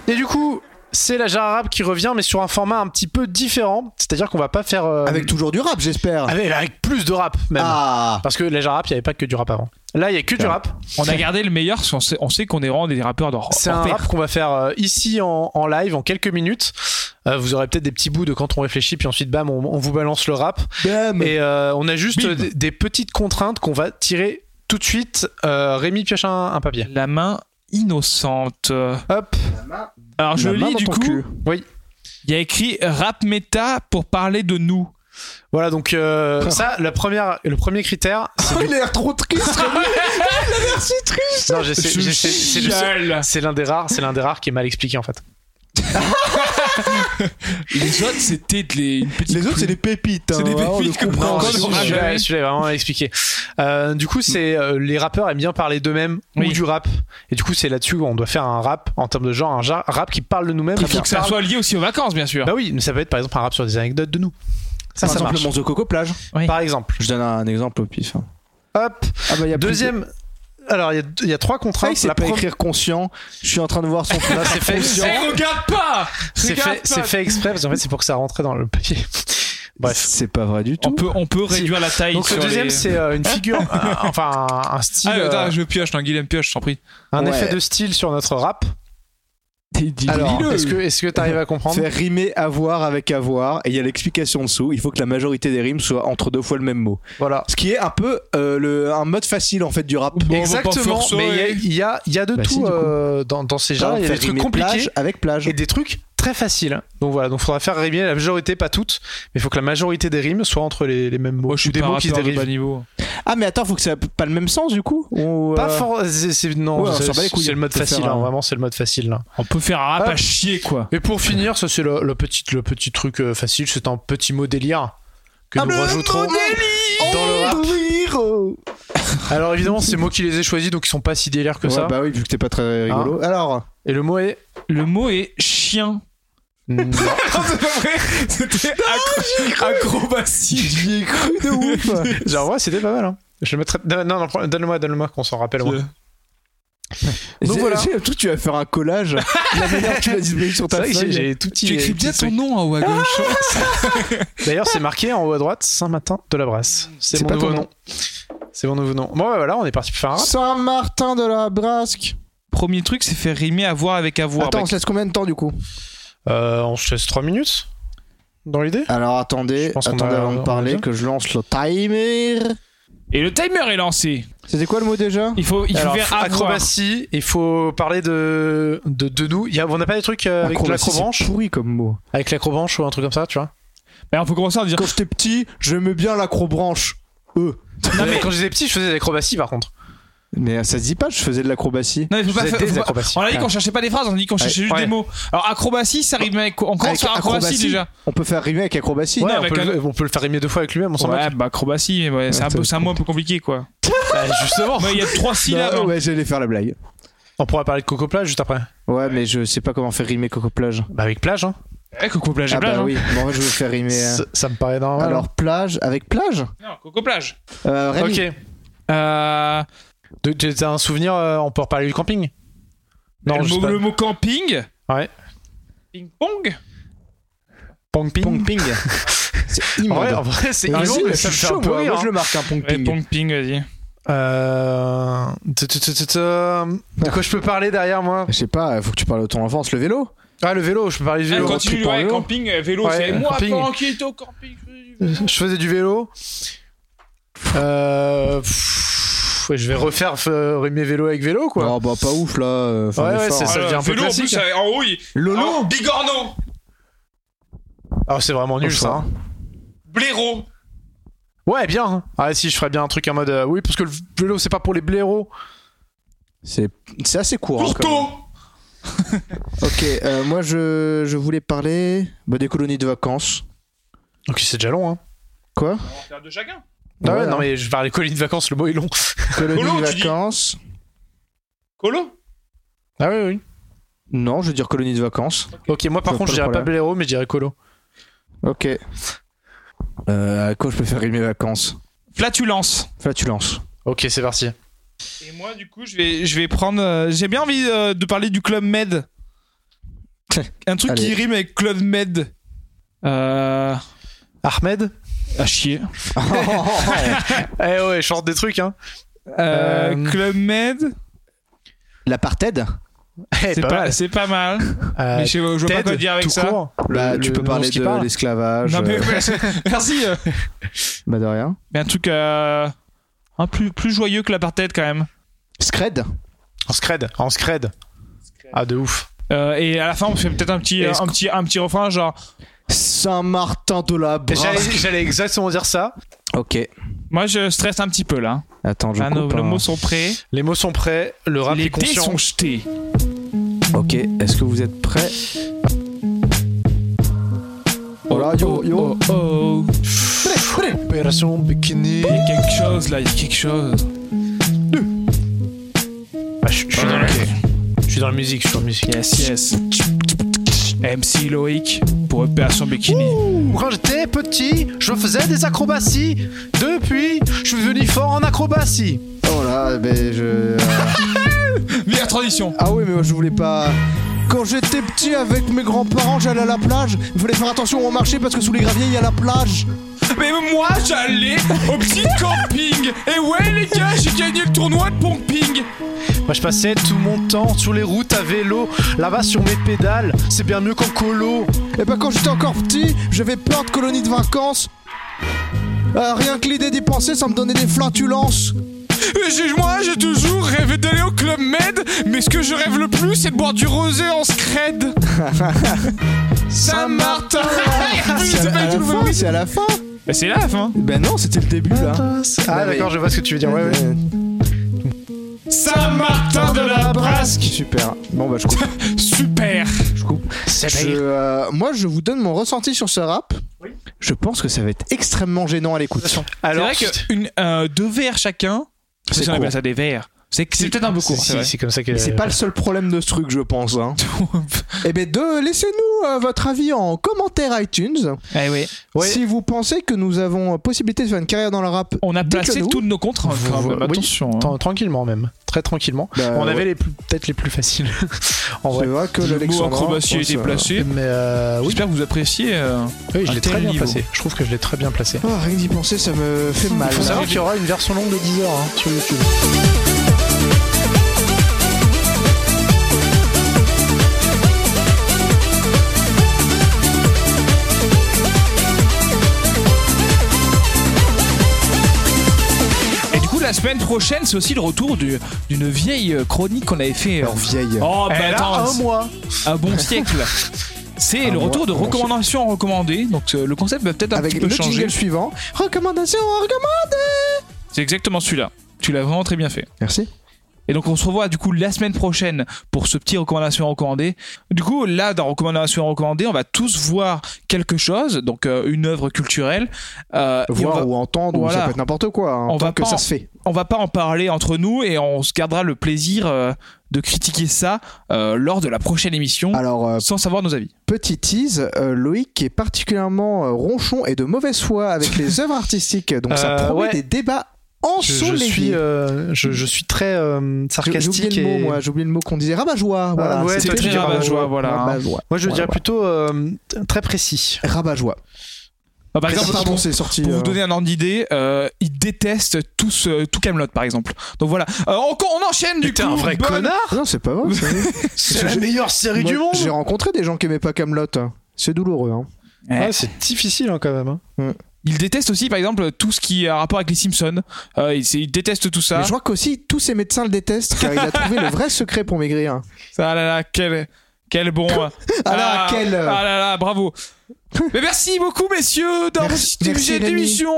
[SPEAKER 3] Et du coup, c'est la Gérard Rap qui revient, mais sur un format un petit peu différent. C'est-à-dire qu'on va pas faire. euh,
[SPEAKER 2] Avec toujours du rap, j'espère.
[SPEAKER 3] avec, avec plus de rap, même.
[SPEAKER 2] Ah.
[SPEAKER 3] Parce que la Gérard Rap, il n'y avait pas que du rap avant. Là, il n'y a que du
[SPEAKER 2] Ouais.
[SPEAKER 3] rap.
[SPEAKER 1] On a gardé le meilleur parce qu'on sait, on sait qu'on est vraiment des rappeurs d'or.
[SPEAKER 3] C'est un rap qu'on va faire euh, ici en, en live en quelques minutes. Euh, vous aurez peut-être des petits bouts de quand on réfléchit, puis ensuite, bam, on, on vous balance le rap.
[SPEAKER 2] Bam.
[SPEAKER 3] Et euh, on a juste
[SPEAKER 1] Bim.
[SPEAKER 3] des, des petites contraintes qu'on va tirer tout de suite. Euh, Rémi pioche un, un papier.
[SPEAKER 1] La main innocente.
[SPEAKER 3] Hop.
[SPEAKER 1] Alors je
[SPEAKER 2] La main
[SPEAKER 1] lis
[SPEAKER 2] dans
[SPEAKER 1] du
[SPEAKER 2] ton
[SPEAKER 1] coup,
[SPEAKER 2] cul.
[SPEAKER 1] il y a écrit rap méta pour parler de nous.
[SPEAKER 3] Voilà, donc euh, ça, la première, le premier critère.
[SPEAKER 2] Oh, il a l'air trop triste.
[SPEAKER 3] Non, j'essaie-
[SPEAKER 1] Je
[SPEAKER 3] j'essaie- c'est le seul-
[SPEAKER 1] chiale.
[SPEAKER 3] c'est l'un des rares, c'est l'un des rares qui est mal expliqué en fait.
[SPEAKER 1] Les autres, c'était de les, une petite
[SPEAKER 2] Les autres, c'est
[SPEAKER 1] plume.
[SPEAKER 2] des pépites. hein.
[SPEAKER 1] C'est des
[SPEAKER 2] Vraiment,
[SPEAKER 1] pépites
[SPEAKER 2] le coup,
[SPEAKER 1] qu'on prend
[SPEAKER 2] vraiment,
[SPEAKER 1] en
[SPEAKER 2] le
[SPEAKER 1] compte.
[SPEAKER 2] coup,
[SPEAKER 1] Ouais.
[SPEAKER 3] Celui-là celui-là est vraiment mal expliqué. Euh, du coup, c'est euh, les rappeurs aiment bien parler d'eux-mêmes
[SPEAKER 1] Oui.
[SPEAKER 3] ou du rap. Et du coup, c'est là-dessus qu'on doit faire un rap en termes de genre, un ja- rap qui parle de nous-mêmes.
[SPEAKER 1] Il
[SPEAKER 3] qui
[SPEAKER 1] faut que ça
[SPEAKER 3] parle-
[SPEAKER 1] soit lié aussi aux vacances, bien sûr.
[SPEAKER 3] Bah oui, mais ça peut être par exemple un rap sur des anecdotes de nous. Ça,
[SPEAKER 2] Par
[SPEAKER 3] ça
[SPEAKER 2] exemple,
[SPEAKER 3] marche.
[SPEAKER 2] le monstre de Coco Plage.
[SPEAKER 1] Oui.
[SPEAKER 3] Par exemple.
[SPEAKER 2] Je donne un exemple au pif. hein.
[SPEAKER 3] Hop.
[SPEAKER 2] Ah bah, il y a plus de-
[SPEAKER 3] Deuxième. Alors, il y a- il y, a trois
[SPEAKER 2] Ah, il
[SPEAKER 3] contraintes.
[SPEAKER 2] sait
[SPEAKER 3] La
[SPEAKER 2] pas
[SPEAKER 3] première-
[SPEAKER 2] écrire conscient. Je suis en train de voir son
[SPEAKER 3] Là, c'est fait,
[SPEAKER 1] Eh, regarde pas
[SPEAKER 3] c'est
[SPEAKER 1] Regarde
[SPEAKER 3] fait,
[SPEAKER 1] pas
[SPEAKER 3] c'est fait exprès parce qu'en fait, c'est pour que ça rentrait dans le papier. Bref.
[SPEAKER 2] C'est pas vrai du
[SPEAKER 1] On
[SPEAKER 2] tout.
[SPEAKER 1] peut, on peut réduire la taille.
[SPEAKER 3] Donc, le
[SPEAKER 1] sur
[SPEAKER 3] deuxième,
[SPEAKER 1] les-
[SPEAKER 3] c'est euh, une figure, euh, enfin, un- un style,
[SPEAKER 1] Ah,
[SPEAKER 3] euh,
[SPEAKER 1] attends, je pioche, non, Guillaume pioche, je t'en prie.
[SPEAKER 3] un
[SPEAKER 2] Ouais.
[SPEAKER 3] effet de style sur notre rap. Alors,
[SPEAKER 5] Dis-le.
[SPEAKER 3] est-ce que est-ce que t'arrives à comprendre
[SPEAKER 2] Faire rimer avoir avec avoir, et il y a l'explication en dessous, il faut que la majorité des rimes soient entre deux fois le même mot.
[SPEAKER 3] Voilà.
[SPEAKER 2] Ce qui est un peu euh, le, un mode facile en fait du rap.
[SPEAKER 1] Bon, on va pas
[SPEAKER 3] Exactement.
[SPEAKER 1] forcer,
[SPEAKER 3] Mais
[SPEAKER 1] ouais.
[SPEAKER 3] il y a, il y a- il y a de
[SPEAKER 2] Bah si,
[SPEAKER 3] tout
[SPEAKER 2] du coup.
[SPEAKER 3] euh, dans, dans ces genres. Il y a
[SPEAKER 2] Faire
[SPEAKER 3] des trucs
[SPEAKER 2] rimer
[SPEAKER 3] compliqués
[SPEAKER 2] plage avec plage.
[SPEAKER 3] et des trucs très faciles. Donc voilà. Donc faudra faire rimer la majorité, pas toutes, mais il faut que la majorité des rimes soient entre les, les mêmes mots
[SPEAKER 1] Moi, je suis
[SPEAKER 3] ou des
[SPEAKER 1] pas
[SPEAKER 3] mots qui se
[SPEAKER 1] rappeur de
[SPEAKER 3] dérivent.
[SPEAKER 1] bas niveau.
[SPEAKER 2] Ah mais attends, faut que ça ait pas le même sens du coup. Ou,
[SPEAKER 3] Pas
[SPEAKER 2] euh,
[SPEAKER 3] fort. c'est- c'est- non,
[SPEAKER 2] Ouais, on
[SPEAKER 3] c'est-
[SPEAKER 2] s'en bat les couilles,
[SPEAKER 3] c'est le
[SPEAKER 2] on
[SPEAKER 3] mode
[SPEAKER 2] peut
[SPEAKER 3] facile.
[SPEAKER 2] faire,
[SPEAKER 3] hein,
[SPEAKER 2] euh,
[SPEAKER 3] Vraiment, c'est le mode facile. Là.
[SPEAKER 1] On peut faire un rap
[SPEAKER 3] Ah.
[SPEAKER 1] à chier, quoi.
[SPEAKER 3] Et pour finir, ça c'est le, le petit, le petit truc euh, facile. C'est un petit mot délire que nous rajouterons dans le rap. Alors évidemment, c'est moi qui les ai choisis, donc ils sont pas si délires que
[SPEAKER 2] Ouais,
[SPEAKER 3] ça.
[SPEAKER 2] Bah oui, vu que Ah. t'es pas très rigolo. Alors,
[SPEAKER 3] Et le mot est.
[SPEAKER 1] Le mot est chien.
[SPEAKER 3] Non.
[SPEAKER 1] c'est pas vrai. C'était acro- acrobatie.
[SPEAKER 2] j'y ai cru de ouf.
[SPEAKER 3] Genre ouais, c'était pas mal. Hein. Je le mettrai. Non, non, non, donne-le-moi, donne-le-moi, qu'on s'en rappelle. au moins. Donc
[SPEAKER 2] J'ai-
[SPEAKER 3] voilà.
[SPEAKER 2] j'ai l'impression que tu vas faire un collage. la manière dont tu l'as distribué sur
[SPEAKER 3] C'est
[SPEAKER 2] ta
[SPEAKER 3] vrai que j'ai-
[SPEAKER 2] feuille.
[SPEAKER 3] j'ai tout petit.
[SPEAKER 1] Tu écris bien
[SPEAKER 3] petit
[SPEAKER 1] ton
[SPEAKER 3] truc.
[SPEAKER 1] nom hein, en haut à gauche.
[SPEAKER 3] D'ailleurs, c'est marqué en haut à droite, Saint-Martin de la Brasse. C'est
[SPEAKER 2] C'est
[SPEAKER 3] mon
[SPEAKER 2] pas ton
[SPEAKER 3] nouveau nom.
[SPEAKER 2] nom.
[SPEAKER 3] C'est mon nouveau nom. Bon, bah voilà, on est parti pour faire un rap.
[SPEAKER 2] Saint-Martin de la Brasque.
[SPEAKER 1] Premier truc, c'est faire rimer avoir avec avoir.
[SPEAKER 2] Attends, on
[SPEAKER 1] Bah,
[SPEAKER 2] se laisse combien de temps du coup
[SPEAKER 3] Euh, on se laisse 3 minutes dans l'idée.
[SPEAKER 2] Alors attendez,
[SPEAKER 3] Je pense qu'on
[SPEAKER 2] attendez
[SPEAKER 3] a-
[SPEAKER 2] avant
[SPEAKER 3] on
[SPEAKER 2] de
[SPEAKER 3] a
[SPEAKER 2] parler
[SPEAKER 3] déjà.
[SPEAKER 2] que je lance le timer.
[SPEAKER 1] Et le timer est lancé.
[SPEAKER 2] C'était quoi le mot déjà
[SPEAKER 1] Il faut, il faut
[SPEAKER 3] Alors,
[SPEAKER 1] faire avoir.
[SPEAKER 3] acrobatie, il faut parler de, de, de nous. Il y a- on n'a pas des trucs euh, avec
[SPEAKER 2] Acrobatie,
[SPEAKER 3] l'acrobranche
[SPEAKER 2] c'est pourri comme mot.
[SPEAKER 3] Avec l'acrobranche ou un truc comme ça, tu vois
[SPEAKER 1] Bah, on peut commencer à dire.
[SPEAKER 2] Quand j'étais petit, j'aimais bien l'acrobranche.
[SPEAKER 3] E.
[SPEAKER 2] Euh.
[SPEAKER 3] Non, mais quand j'étais petit, je faisais de l'acrobatie par contre.
[SPEAKER 2] Mais ça se dit pas, je faisais de l'acrobatie.
[SPEAKER 1] Non, mais faut
[SPEAKER 3] Je
[SPEAKER 1] pas
[SPEAKER 3] faisais
[SPEAKER 1] faire.
[SPEAKER 3] des
[SPEAKER 1] faut pas-
[SPEAKER 3] acrobaties.
[SPEAKER 1] On a dit qu'on cherchait pas des phrases, on a dit qu'on cherchait juste
[SPEAKER 3] ouais.
[SPEAKER 1] des mots. Alors acrobatie, ça rime avec quoi On commence
[SPEAKER 2] Avec
[SPEAKER 1] par acrobatie,
[SPEAKER 2] acrobatie.
[SPEAKER 1] déjà.
[SPEAKER 2] On peut faire rimer avec acrobatie.
[SPEAKER 3] Ouais,
[SPEAKER 1] Non,
[SPEAKER 3] on,
[SPEAKER 1] avec
[SPEAKER 3] peut
[SPEAKER 1] un-
[SPEAKER 3] le, on peut le faire rimer deux fois avec lui-même, on s'en
[SPEAKER 1] Ouais,
[SPEAKER 3] bat.
[SPEAKER 1] bah acrobatie, ouais, c'est un, peu- c'est un mot un peu compliqué quoi.
[SPEAKER 3] Bah, justement.
[SPEAKER 1] Ouais, Il y a trois syllabes.
[SPEAKER 2] Bah,
[SPEAKER 1] hein.
[SPEAKER 2] ouais, j'allais faire la blague.
[SPEAKER 3] On pourra parler de Coco Plage juste après.
[SPEAKER 2] Ouais, mais je sais pas comment faire rimer Coco Plage.
[SPEAKER 3] Bah, avec plage, hein.
[SPEAKER 1] Eh, Coco plage,
[SPEAKER 2] ah
[SPEAKER 1] plage.
[SPEAKER 2] bah
[SPEAKER 1] hein.
[SPEAKER 2] oui, bon, en fait, je veux faire rimer. euh,
[SPEAKER 3] Ça, ça me paraît normal.
[SPEAKER 2] Alors, plage avec plage
[SPEAKER 1] Non, Coco plage.
[SPEAKER 2] euh,
[SPEAKER 3] hein.
[SPEAKER 2] Rémi.
[SPEAKER 3] ok.
[SPEAKER 1] Euh,
[SPEAKER 3] De- de- T'as un souvenir, euh, on peut reparler du camping
[SPEAKER 1] le,
[SPEAKER 3] je sais
[SPEAKER 1] mot,
[SPEAKER 3] pas.
[SPEAKER 1] le mot camping.
[SPEAKER 3] Ouais.
[SPEAKER 1] Ping pong.
[SPEAKER 3] Pong ping.
[SPEAKER 2] Pong ping. c'est
[SPEAKER 3] En
[SPEAKER 2] immonde.
[SPEAKER 3] vrai, en vrai, c'est
[SPEAKER 2] Vas-y,
[SPEAKER 3] immonde, mais
[SPEAKER 2] je
[SPEAKER 3] ça me
[SPEAKER 2] suis
[SPEAKER 3] fait un
[SPEAKER 2] chaud,
[SPEAKER 3] peu
[SPEAKER 2] moi.
[SPEAKER 3] rire,
[SPEAKER 2] Moi,
[SPEAKER 3] hein.
[SPEAKER 2] je le marque un pong
[SPEAKER 1] Ouais,
[SPEAKER 2] ping.
[SPEAKER 1] pong ping, vas-y.
[SPEAKER 3] Euh, tu- tu- tu- tu- tu- De quoi je peux parler derrière moi
[SPEAKER 2] Je sais pas, faut que tu parles de ton enfance, le vélo
[SPEAKER 3] Ah, le vélo, je peux parler du
[SPEAKER 1] Eh,
[SPEAKER 3] vélo.
[SPEAKER 1] continue, ouais,
[SPEAKER 2] vélo.
[SPEAKER 1] camping, euh, vélo,
[SPEAKER 3] Ouais,
[SPEAKER 1] c'est moi
[SPEAKER 3] camping.
[SPEAKER 1] tranquille au camping. je fais du vélo.
[SPEAKER 3] Je faisais du vélo. Euh, pff, ouais, je vais refaire euh, rimer vélo avec vélo, quoi.
[SPEAKER 2] Oh bah pas ouf là. euh, faire
[SPEAKER 3] Ouais, ouais,
[SPEAKER 2] l'effort.
[SPEAKER 3] c'est ça. Oh.
[SPEAKER 1] Ah,
[SPEAKER 3] devient un peu
[SPEAKER 1] vélo, en
[SPEAKER 3] classique. hein.
[SPEAKER 1] plus, euh, en haut, il...
[SPEAKER 2] Lolo
[SPEAKER 1] Ah, Bigorneau,
[SPEAKER 3] Ah, c'est vraiment nul,
[SPEAKER 2] Au
[SPEAKER 3] ça.
[SPEAKER 2] choix.
[SPEAKER 3] hein.
[SPEAKER 1] blaireau.
[SPEAKER 3] Ouais, bien. hein. Ah, si, je ferais bien un truc en mode. euh, oui, parce que le vélo, c'est pas pour les blaireaux.
[SPEAKER 2] C'est c'est assez court. hein,
[SPEAKER 1] Courteau.
[SPEAKER 2] comme- Ok, euh, moi je, je voulais parler bah, des colonies de vacances.
[SPEAKER 3] Ok, c'est déjà long, hein.
[SPEAKER 2] Quoi
[SPEAKER 1] On va en faire de chacun.
[SPEAKER 3] Ah ouais,
[SPEAKER 2] Voilà.
[SPEAKER 3] non, mais je parle des colonies de vacances, le mot est long.
[SPEAKER 2] Colonies
[SPEAKER 1] Colo,
[SPEAKER 2] de
[SPEAKER 1] tu dis
[SPEAKER 2] vacances.
[SPEAKER 1] Colo.
[SPEAKER 3] Ah, oui, oui.
[SPEAKER 2] Non, je veux dire colonies de vacances.
[SPEAKER 3] Ok, moi par
[SPEAKER 2] Pas-
[SPEAKER 3] contre,
[SPEAKER 2] pas
[SPEAKER 3] je
[SPEAKER 2] de
[SPEAKER 3] dirais pas
[SPEAKER 2] problème.
[SPEAKER 3] blaireau, mais je dirais colo.
[SPEAKER 2] Ok. Euh, à quoi je peux faire rimer vacances
[SPEAKER 1] Flatulence.
[SPEAKER 2] Flatulence.
[SPEAKER 3] Ok, c'est parti.
[SPEAKER 1] Et moi, du coup, je vais, je vais prendre. euh, J'ai bien envie euh, de parler du Club Med. Un truc qui
[SPEAKER 2] Allez.
[SPEAKER 1] rime avec Club Med. Euh.
[SPEAKER 3] Ahmed
[SPEAKER 1] À chier.
[SPEAKER 3] Oh. Eh ouais, je chante des trucs, hein.
[SPEAKER 1] Euh,
[SPEAKER 3] Euh,
[SPEAKER 1] Club Med.
[SPEAKER 2] L'apartheid
[SPEAKER 3] Eh,
[SPEAKER 1] C'est pas, c'est pas mal.
[SPEAKER 3] Euh,
[SPEAKER 1] mais je, sais- je vois pas
[SPEAKER 3] Ted,
[SPEAKER 1] quoi dire avec
[SPEAKER 3] tout
[SPEAKER 1] ça.
[SPEAKER 3] court.
[SPEAKER 2] Bah,
[SPEAKER 3] Le-
[SPEAKER 2] Tu
[SPEAKER 3] le-
[SPEAKER 2] peux
[SPEAKER 3] le
[SPEAKER 2] parler
[SPEAKER 3] monstre qui
[SPEAKER 2] de
[SPEAKER 3] parle.
[SPEAKER 2] l'esclavage.
[SPEAKER 1] Non, mais,
[SPEAKER 2] euh,
[SPEAKER 1] merci. euh.
[SPEAKER 2] Bah de rien.
[SPEAKER 1] Mais un truc euh, un plus, plus joyeux que l'apartheid quand même.
[SPEAKER 2] Scred
[SPEAKER 3] En scred, en scred. Ah, de ouf.
[SPEAKER 1] Euh, et à la fin, on fait peut-être un petit,
[SPEAKER 3] Et
[SPEAKER 1] un,
[SPEAKER 3] est-ce
[SPEAKER 1] petit, un petit refrain genre.
[SPEAKER 2] Saint-Martin de la
[SPEAKER 3] J'allais
[SPEAKER 2] Brasque.
[SPEAKER 3] j'allais exactement dire ça.
[SPEAKER 2] Ok.
[SPEAKER 1] Moi, je stresse un petit peu là.
[SPEAKER 2] Attends, je
[SPEAKER 1] Ah, nos,
[SPEAKER 2] coupe.
[SPEAKER 1] nos
[SPEAKER 2] hein.
[SPEAKER 1] mots sont prêts.
[SPEAKER 3] Les mots sont prêts, le rap
[SPEAKER 1] Les
[SPEAKER 3] est
[SPEAKER 1] dés
[SPEAKER 3] conscient.
[SPEAKER 1] sont jetés.
[SPEAKER 2] Ok, est-ce que vous êtes prêts Oh là, yo, yo.
[SPEAKER 1] Oh, oh.
[SPEAKER 3] Opération bikini.
[SPEAKER 1] Il y a quelque chose là, il y a quelque chose.
[SPEAKER 3] Ah, je, je suis dans la... je suis dans la musique, je suis dans la musique.
[SPEAKER 1] Yes, yes. MC Loïc pour Opération Bikini.
[SPEAKER 3] Ouh, Quand j'étais petit, je faisais des acrobaties. Depuis, je suis devenu fort en acrobatie.
[SPEAKER 2] Oh là, ben je.
[SPEAKER 1] Meilleure tradition.
[SPEAKER 2] Ah oui, mais moi je voulais pas. Quand j'étais petit avec mes grands-parents, j'allais à la plage. Il fallait faire attention au marché parce que sous les graviers, il y a la plage.
[SPEAKER 5] Mais moi, j'allais au petit camping. Et ouais, les gars, j'ai gagné le tournoi de pumping.
[SPEAKER 3] Moi je passais tout mon temps sur les routes à vélo, là-bas sur mes pédales, c'est bien mieux qu'en colo.
[SPEAKER 2] Et ben quand j'étais encore petit, j'avais plein de colonies de vacances. Euh, rien que l'idée d'y penser, ça me donnait des flatulences.
[SPEAKER 5] Et j'ai- Moi, j'ai toujours rêvé d'aller au Club Med. Mais ce que je rêve le plus, c'est de boire du rosé en scred. Saint-Martin.
[SPEAKER 2] C'est à, la fin, c'est à la fin
[SPEAKER 1] Bah, c'est la fin.
[SPEAKER 2] Ben non, c'était le début là.
[SPEAKER 3] Ah
[SPEAKER 2] mais-
[SPEAKER 3] d'accord, je vois ce que tu veux dire. Ouais, ouais.
[SPEAKER 1] hein.
[SPEAKER 5] Saint-Martin de la Brasque.
[SPEAKER 2] Super. Bon bah je coupe.
[SPEAKER 5] Super.
[SPEAKER 2] Je, euh, moi je vous donne mon ressenti sur ce rap. Je pense que ça va être extrêmement gênant à l'écoute.
[SPEAKER 3] Alors,
[SPEAKER 1] c'est vrai que une, euh, deux verres chacun. C'est
[SPEAKER 2] court.
[SPEAKER 1] appelle ça des verres. C'est c'est peut-être un peu court.
[SPEAKER 3] si,
[SPEAKER 1] c'est vrai.
[SPEAKER 3] c'est comme ça que.
[SPEAKER 2] Mais c'est pas le seul problème de ce truc, je pense. Hein. eh ben, de, laissez-nous euh, votre avis en commentaire iTunes.
[SPEAKER 1] Eh oui.
[SPEAKER 3] Ouais.
[SPEAKER 2] Si vous pensez que nous avons euh, possibilité de faire une carrière dans le rap,
[SPEAKER 1] On a
[SPEAKER 2] Dites-le
[SPEAKER 1] placé
[SPEAKER 2] nous.
[SPEAKER 1] toutes nos contres.
[SPEAKER 3] Vous-
[SPEAKER 1] quand
[SPEAKER 3] vous-
[SPEAKER 1] même.
[SPEAKER 3] oui.
[SPEAKER 1] Attention. hein.
[SPEAKER 3] Tant- Tranquillement même, très tranquillement.
[SPEAKER 2] bah,
[SPEAKER 3] On avait
[SPEAKER 2] ouais.
[SPEAKER 3] les plus- peut-être les plus faciles. en
[SPEAKER 2] C'est
[SPEAKER 3] vrai.
[SPEAKER 2] vrai que
[SPEAKER 1] Le mot
[SPEAKER 2] l'Alexandrin,
[SPEAKER 1] acrobatie
[SPEAKER 2] je
[SPEAKER 1] est
[SPEAKER 2] pense, euh,
[SPEAKER 1] déplacé.
[SPEAKER 3] Mais euh, oui,
[SPEAKER 1] J'espère que vous appréciez. euh,
[SPEAKER 3] oui, je
[SPEAKER 1] un
[SPEAKER 3] l'ai
[SPEAKER 1] tel
[SPEAKER 3] très bien
[SPEAKER 1] niveau.
[SPEAKER 3] placé. Je trouve que je l'ai très bien placé.
[SPEAKER 2] Oh, rien que d'y penser, ça me fait mal.
[SPEAKER 3] Il faut
[SPEAKER 2] là.
[SPEAKER 3] savoir qu'il y aura une version longue de 10 heures hein, sur YouTube.
[SPEAKER 1] Et du coup, la semaine prochaine, c'est aussi le retour du- d'une vieille euh, chronique qu'on avait fait. euh,
[SPEAKER 2] Alors, vieille.
[SPEAKER 1] Oh, bah
[SPEAKER 3] Elle a
[SPEAKER 1] attends,
[SPEAKER 3] un mois.
[SPEAKER 1] un bon siècle. C'est
[SPEAKER 2] Un
[SPEAKER 1] le
[SPEAKER 2] mois,
[SPEAKER 1] retour de
[SPEAKER 2] un bon
[SPEAKER 1] recommandations recommandées. Donc euh, le concept va peut-être un
[SPEAKER 2] Avec
[SPEAKER 1] petit
[SPEAKER 2] le
[SPEAKER 1] peu changer.
[SPEAKER 2] jingle suivant. Recommandation, recommande.
[SPEAKER 1] C'est exactement celui-là. Tu l'as vraiment très bien fait.
[SPEAKER 2] Merci.
[SPEAKER 1] Et donc on se revoit du coup la semaine prochaine pour ce petit recommandation recommandée. Du coup là dans recommandation recommandée on va tous voir quelque chose, donc euh, une œuvre culturelle. euh, et on,
[SPEAKER 2] Voir
[SPEAKER 1] va,
[SPEAKER 2] ou entendre, ou ça
[SPEAKER 1] Voilà.
[SPEAKER 2] peut être n'importe quoi. hein,
[SPEAKER 1] On
[SPEAKER 2] tant
[SPEAKER 1] va
[SPEAKER 2] que
[SPEAKER 1] pas
[SPEAKER 2] ça
[SPEAKER 1] en-
[SPEAKER 2] se fait.
[SPEAKER 1] on va pas en parler entre nous et on se gardera le plaisir euh, de critiquer ça euh, lors de la prochaine émission
[SPEAKER 2] Alors, euh,
[SPEAKER 1] sans savoir nos avis.
[SPEAKER 2] Petit tease, euh, Loïc qui est particulièrement euh, ronchon et de mauvaise foi avec les œuvres artistiques, donc ça
[SPEAKER 3] Euh,
[SPEAKER 2] promet
[SPEAKER 3] ouais.
[SPEAKER 2] des débats en
[SPEAKER 3] Je,
[SPEAKER 2] sous
[SPEAKER 3] je
[SPEAKER 2] les
[SPEAKER 3] suis, euh, je, je suis très euh,
[SPEAKER 2] J'ai j'ai
[SPEAKER 3] sarcastique.
[SPEAKER 2] oublié le
[SPEAKER 3] et-
[SPEAKER 2] mot, moi, j'ai oublié le mot qu'on disait rabat-joie. Voilà,
[SPEAKER 3] ouais,
[SPEAKER 2] c'était
[SPEAKER 1] toi, tu
[SPEAKER 2] le
[SPEAKER 1] dis rabat-joie, voilà, hein.
[SPEAKER 2] Rabat-joie.
[SPEAKER 3] Moi, je
[SPEAKER 2] Ouais,
[SPEAKER 3] dirais
[SPEAKER 2] ouais.
[SPEAKER 3] plutôt euh, très précis.
[SPEAKER 2] Rabat-joie.
[SPEAKER 1] Ah, par
[SPEAKER 2] Par
[SPEAKER 1] exemple,
[SPEAKER 2] pardon,
[SPEAKER 1] pour,
[SPEAKER 2] c'est sorti.
[SPEAKER 1] pour
[SPEAKER 2] euh,
[SPEAKER 1] vous donner un ordre d'idée, euh, ils détestent tous euh, tout Camelot par exemple. Donc voilà, Euh, on, on enchaîne du coup. bonne-
[SPEAKER 2] ah Non, c'est pas vrai. ça.
[SPEAKER 3] C'est la meilleure série
[SPEAKER 2] Moi,
[SPEAKER 3] du monde
[SPEAKER 2] J'ai rencontré des gens qui aimaient pas Camelot. C'est douloureux. hein.
[SPEAKER 1] Ouais.
[SPEAKER 3] Ouais, C'est difficile hein, quand même. hein.
[SPEAKER 1] Ils détestent aussi par exemple tout ce qui a rapport avec les Simpsons. Euh, ils, ils détestent tout ça.
[SPEAKER 2] Mais je vois qu'aussi tous ces médecins le détestent car il a trouvé le vrai secret pour maigrir.
[SPEAKER 1] Ah là là, quel, quel bon. ah,
[SPEAKER 2] Ah là, quel. euh,
[SPEAKER 1] Ah là là, bravo. Mais merci beaucoup, messieurs, d'avoir
[SPEAKER 2] Merci-
[SPEAKER 1] été
[SPEAKER 2] merci,
[SPEAKER 1] cette
[SPEAKER 2] Rémi.
[SPEAKER 1] émission.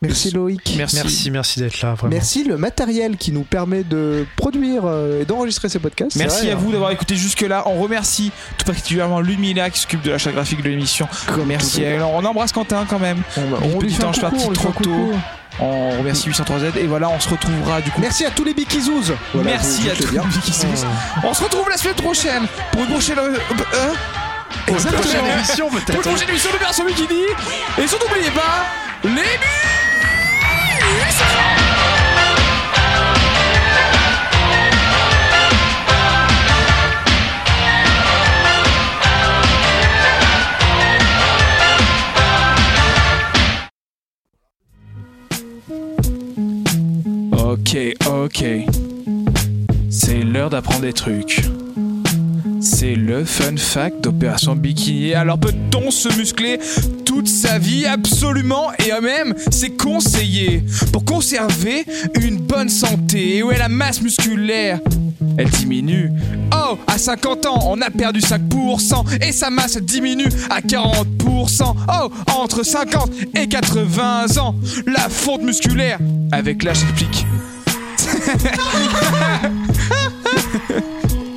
[SPEAKER 2] Merci Loïc.
[SPEAKER 3] Merci, merci d'être là. Vraiment.
[SPEAKER 2] Merci le matériel qui nous permet de produire euh, et d'enregistrer ces podcasts.
[SPEAKER 1] Merci
[SPEAKER 3] vrai,
[SPEAKER 1] à
[SPEAKER 3] hein.
[SPEAKER 1] vous d'avoir écouté jusque-là. On remercie tout particulièrement Lumina qui s'occupe de l'achat graphique de l'émission.
[SPEAKER 2] hein.
[SPEAKER 1] Merci. à elle. on embrasse Quentin quand même.
[SPEAKER 2] On,
[SPEAKER 1] Bon,
[SPEAKER 2] on lui
[SPEAKER 1] putain,
[SPEAKER 2] fait
[SPEAKER 1] je
[SPEAKER 2] un
[SPEAKER 1] suis
[SPEAKER 2] coucou,
[SPEAKER 1] parti
[SPEAKER 2] on lui fait un
[SPEAKER 1] trop tôt.
[SPEAKER 2] coucou.
[SPEAKER 1] On remercie 803Z et voilà, on se retrouvera du coup.
[SPEAKER 2] Merci à tous les bikizous.
[SPEAKER 1] Merci à tous les Bikisous. On se retrouve la semaine prochaine pour une prochaine. euh, euh,
[SPEAKER 3] Exactement.
[SPEAKER 1] Prochaine
[SPEAKER 3] émission
[SPEAKER 1] Pour
[SPEAKER 3] peut-être.
[SPEAKER 1] une prochaine émission de Berceau qui dit. Et surtout, n'oubliez pas les Ok, ok. C'est l'heure d'apprendre des trucs. C'est le fun fact d'Opération Bikini. Alors peut-on se muscler toute sa vie Absolument et même c'est conseillé pour conserver une bonne santé. Et ouais, la masse musculaire, elle diminue. Oh, à 50 ans, on a perdu 5% et sa masse diminue à 40%. Oh, entre 50 et 80 ans, la fonte musculaire. Avec l'âge, j'explique.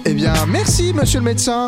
[SPEAKER 2] Eh bien, merci, monsieur le médecin.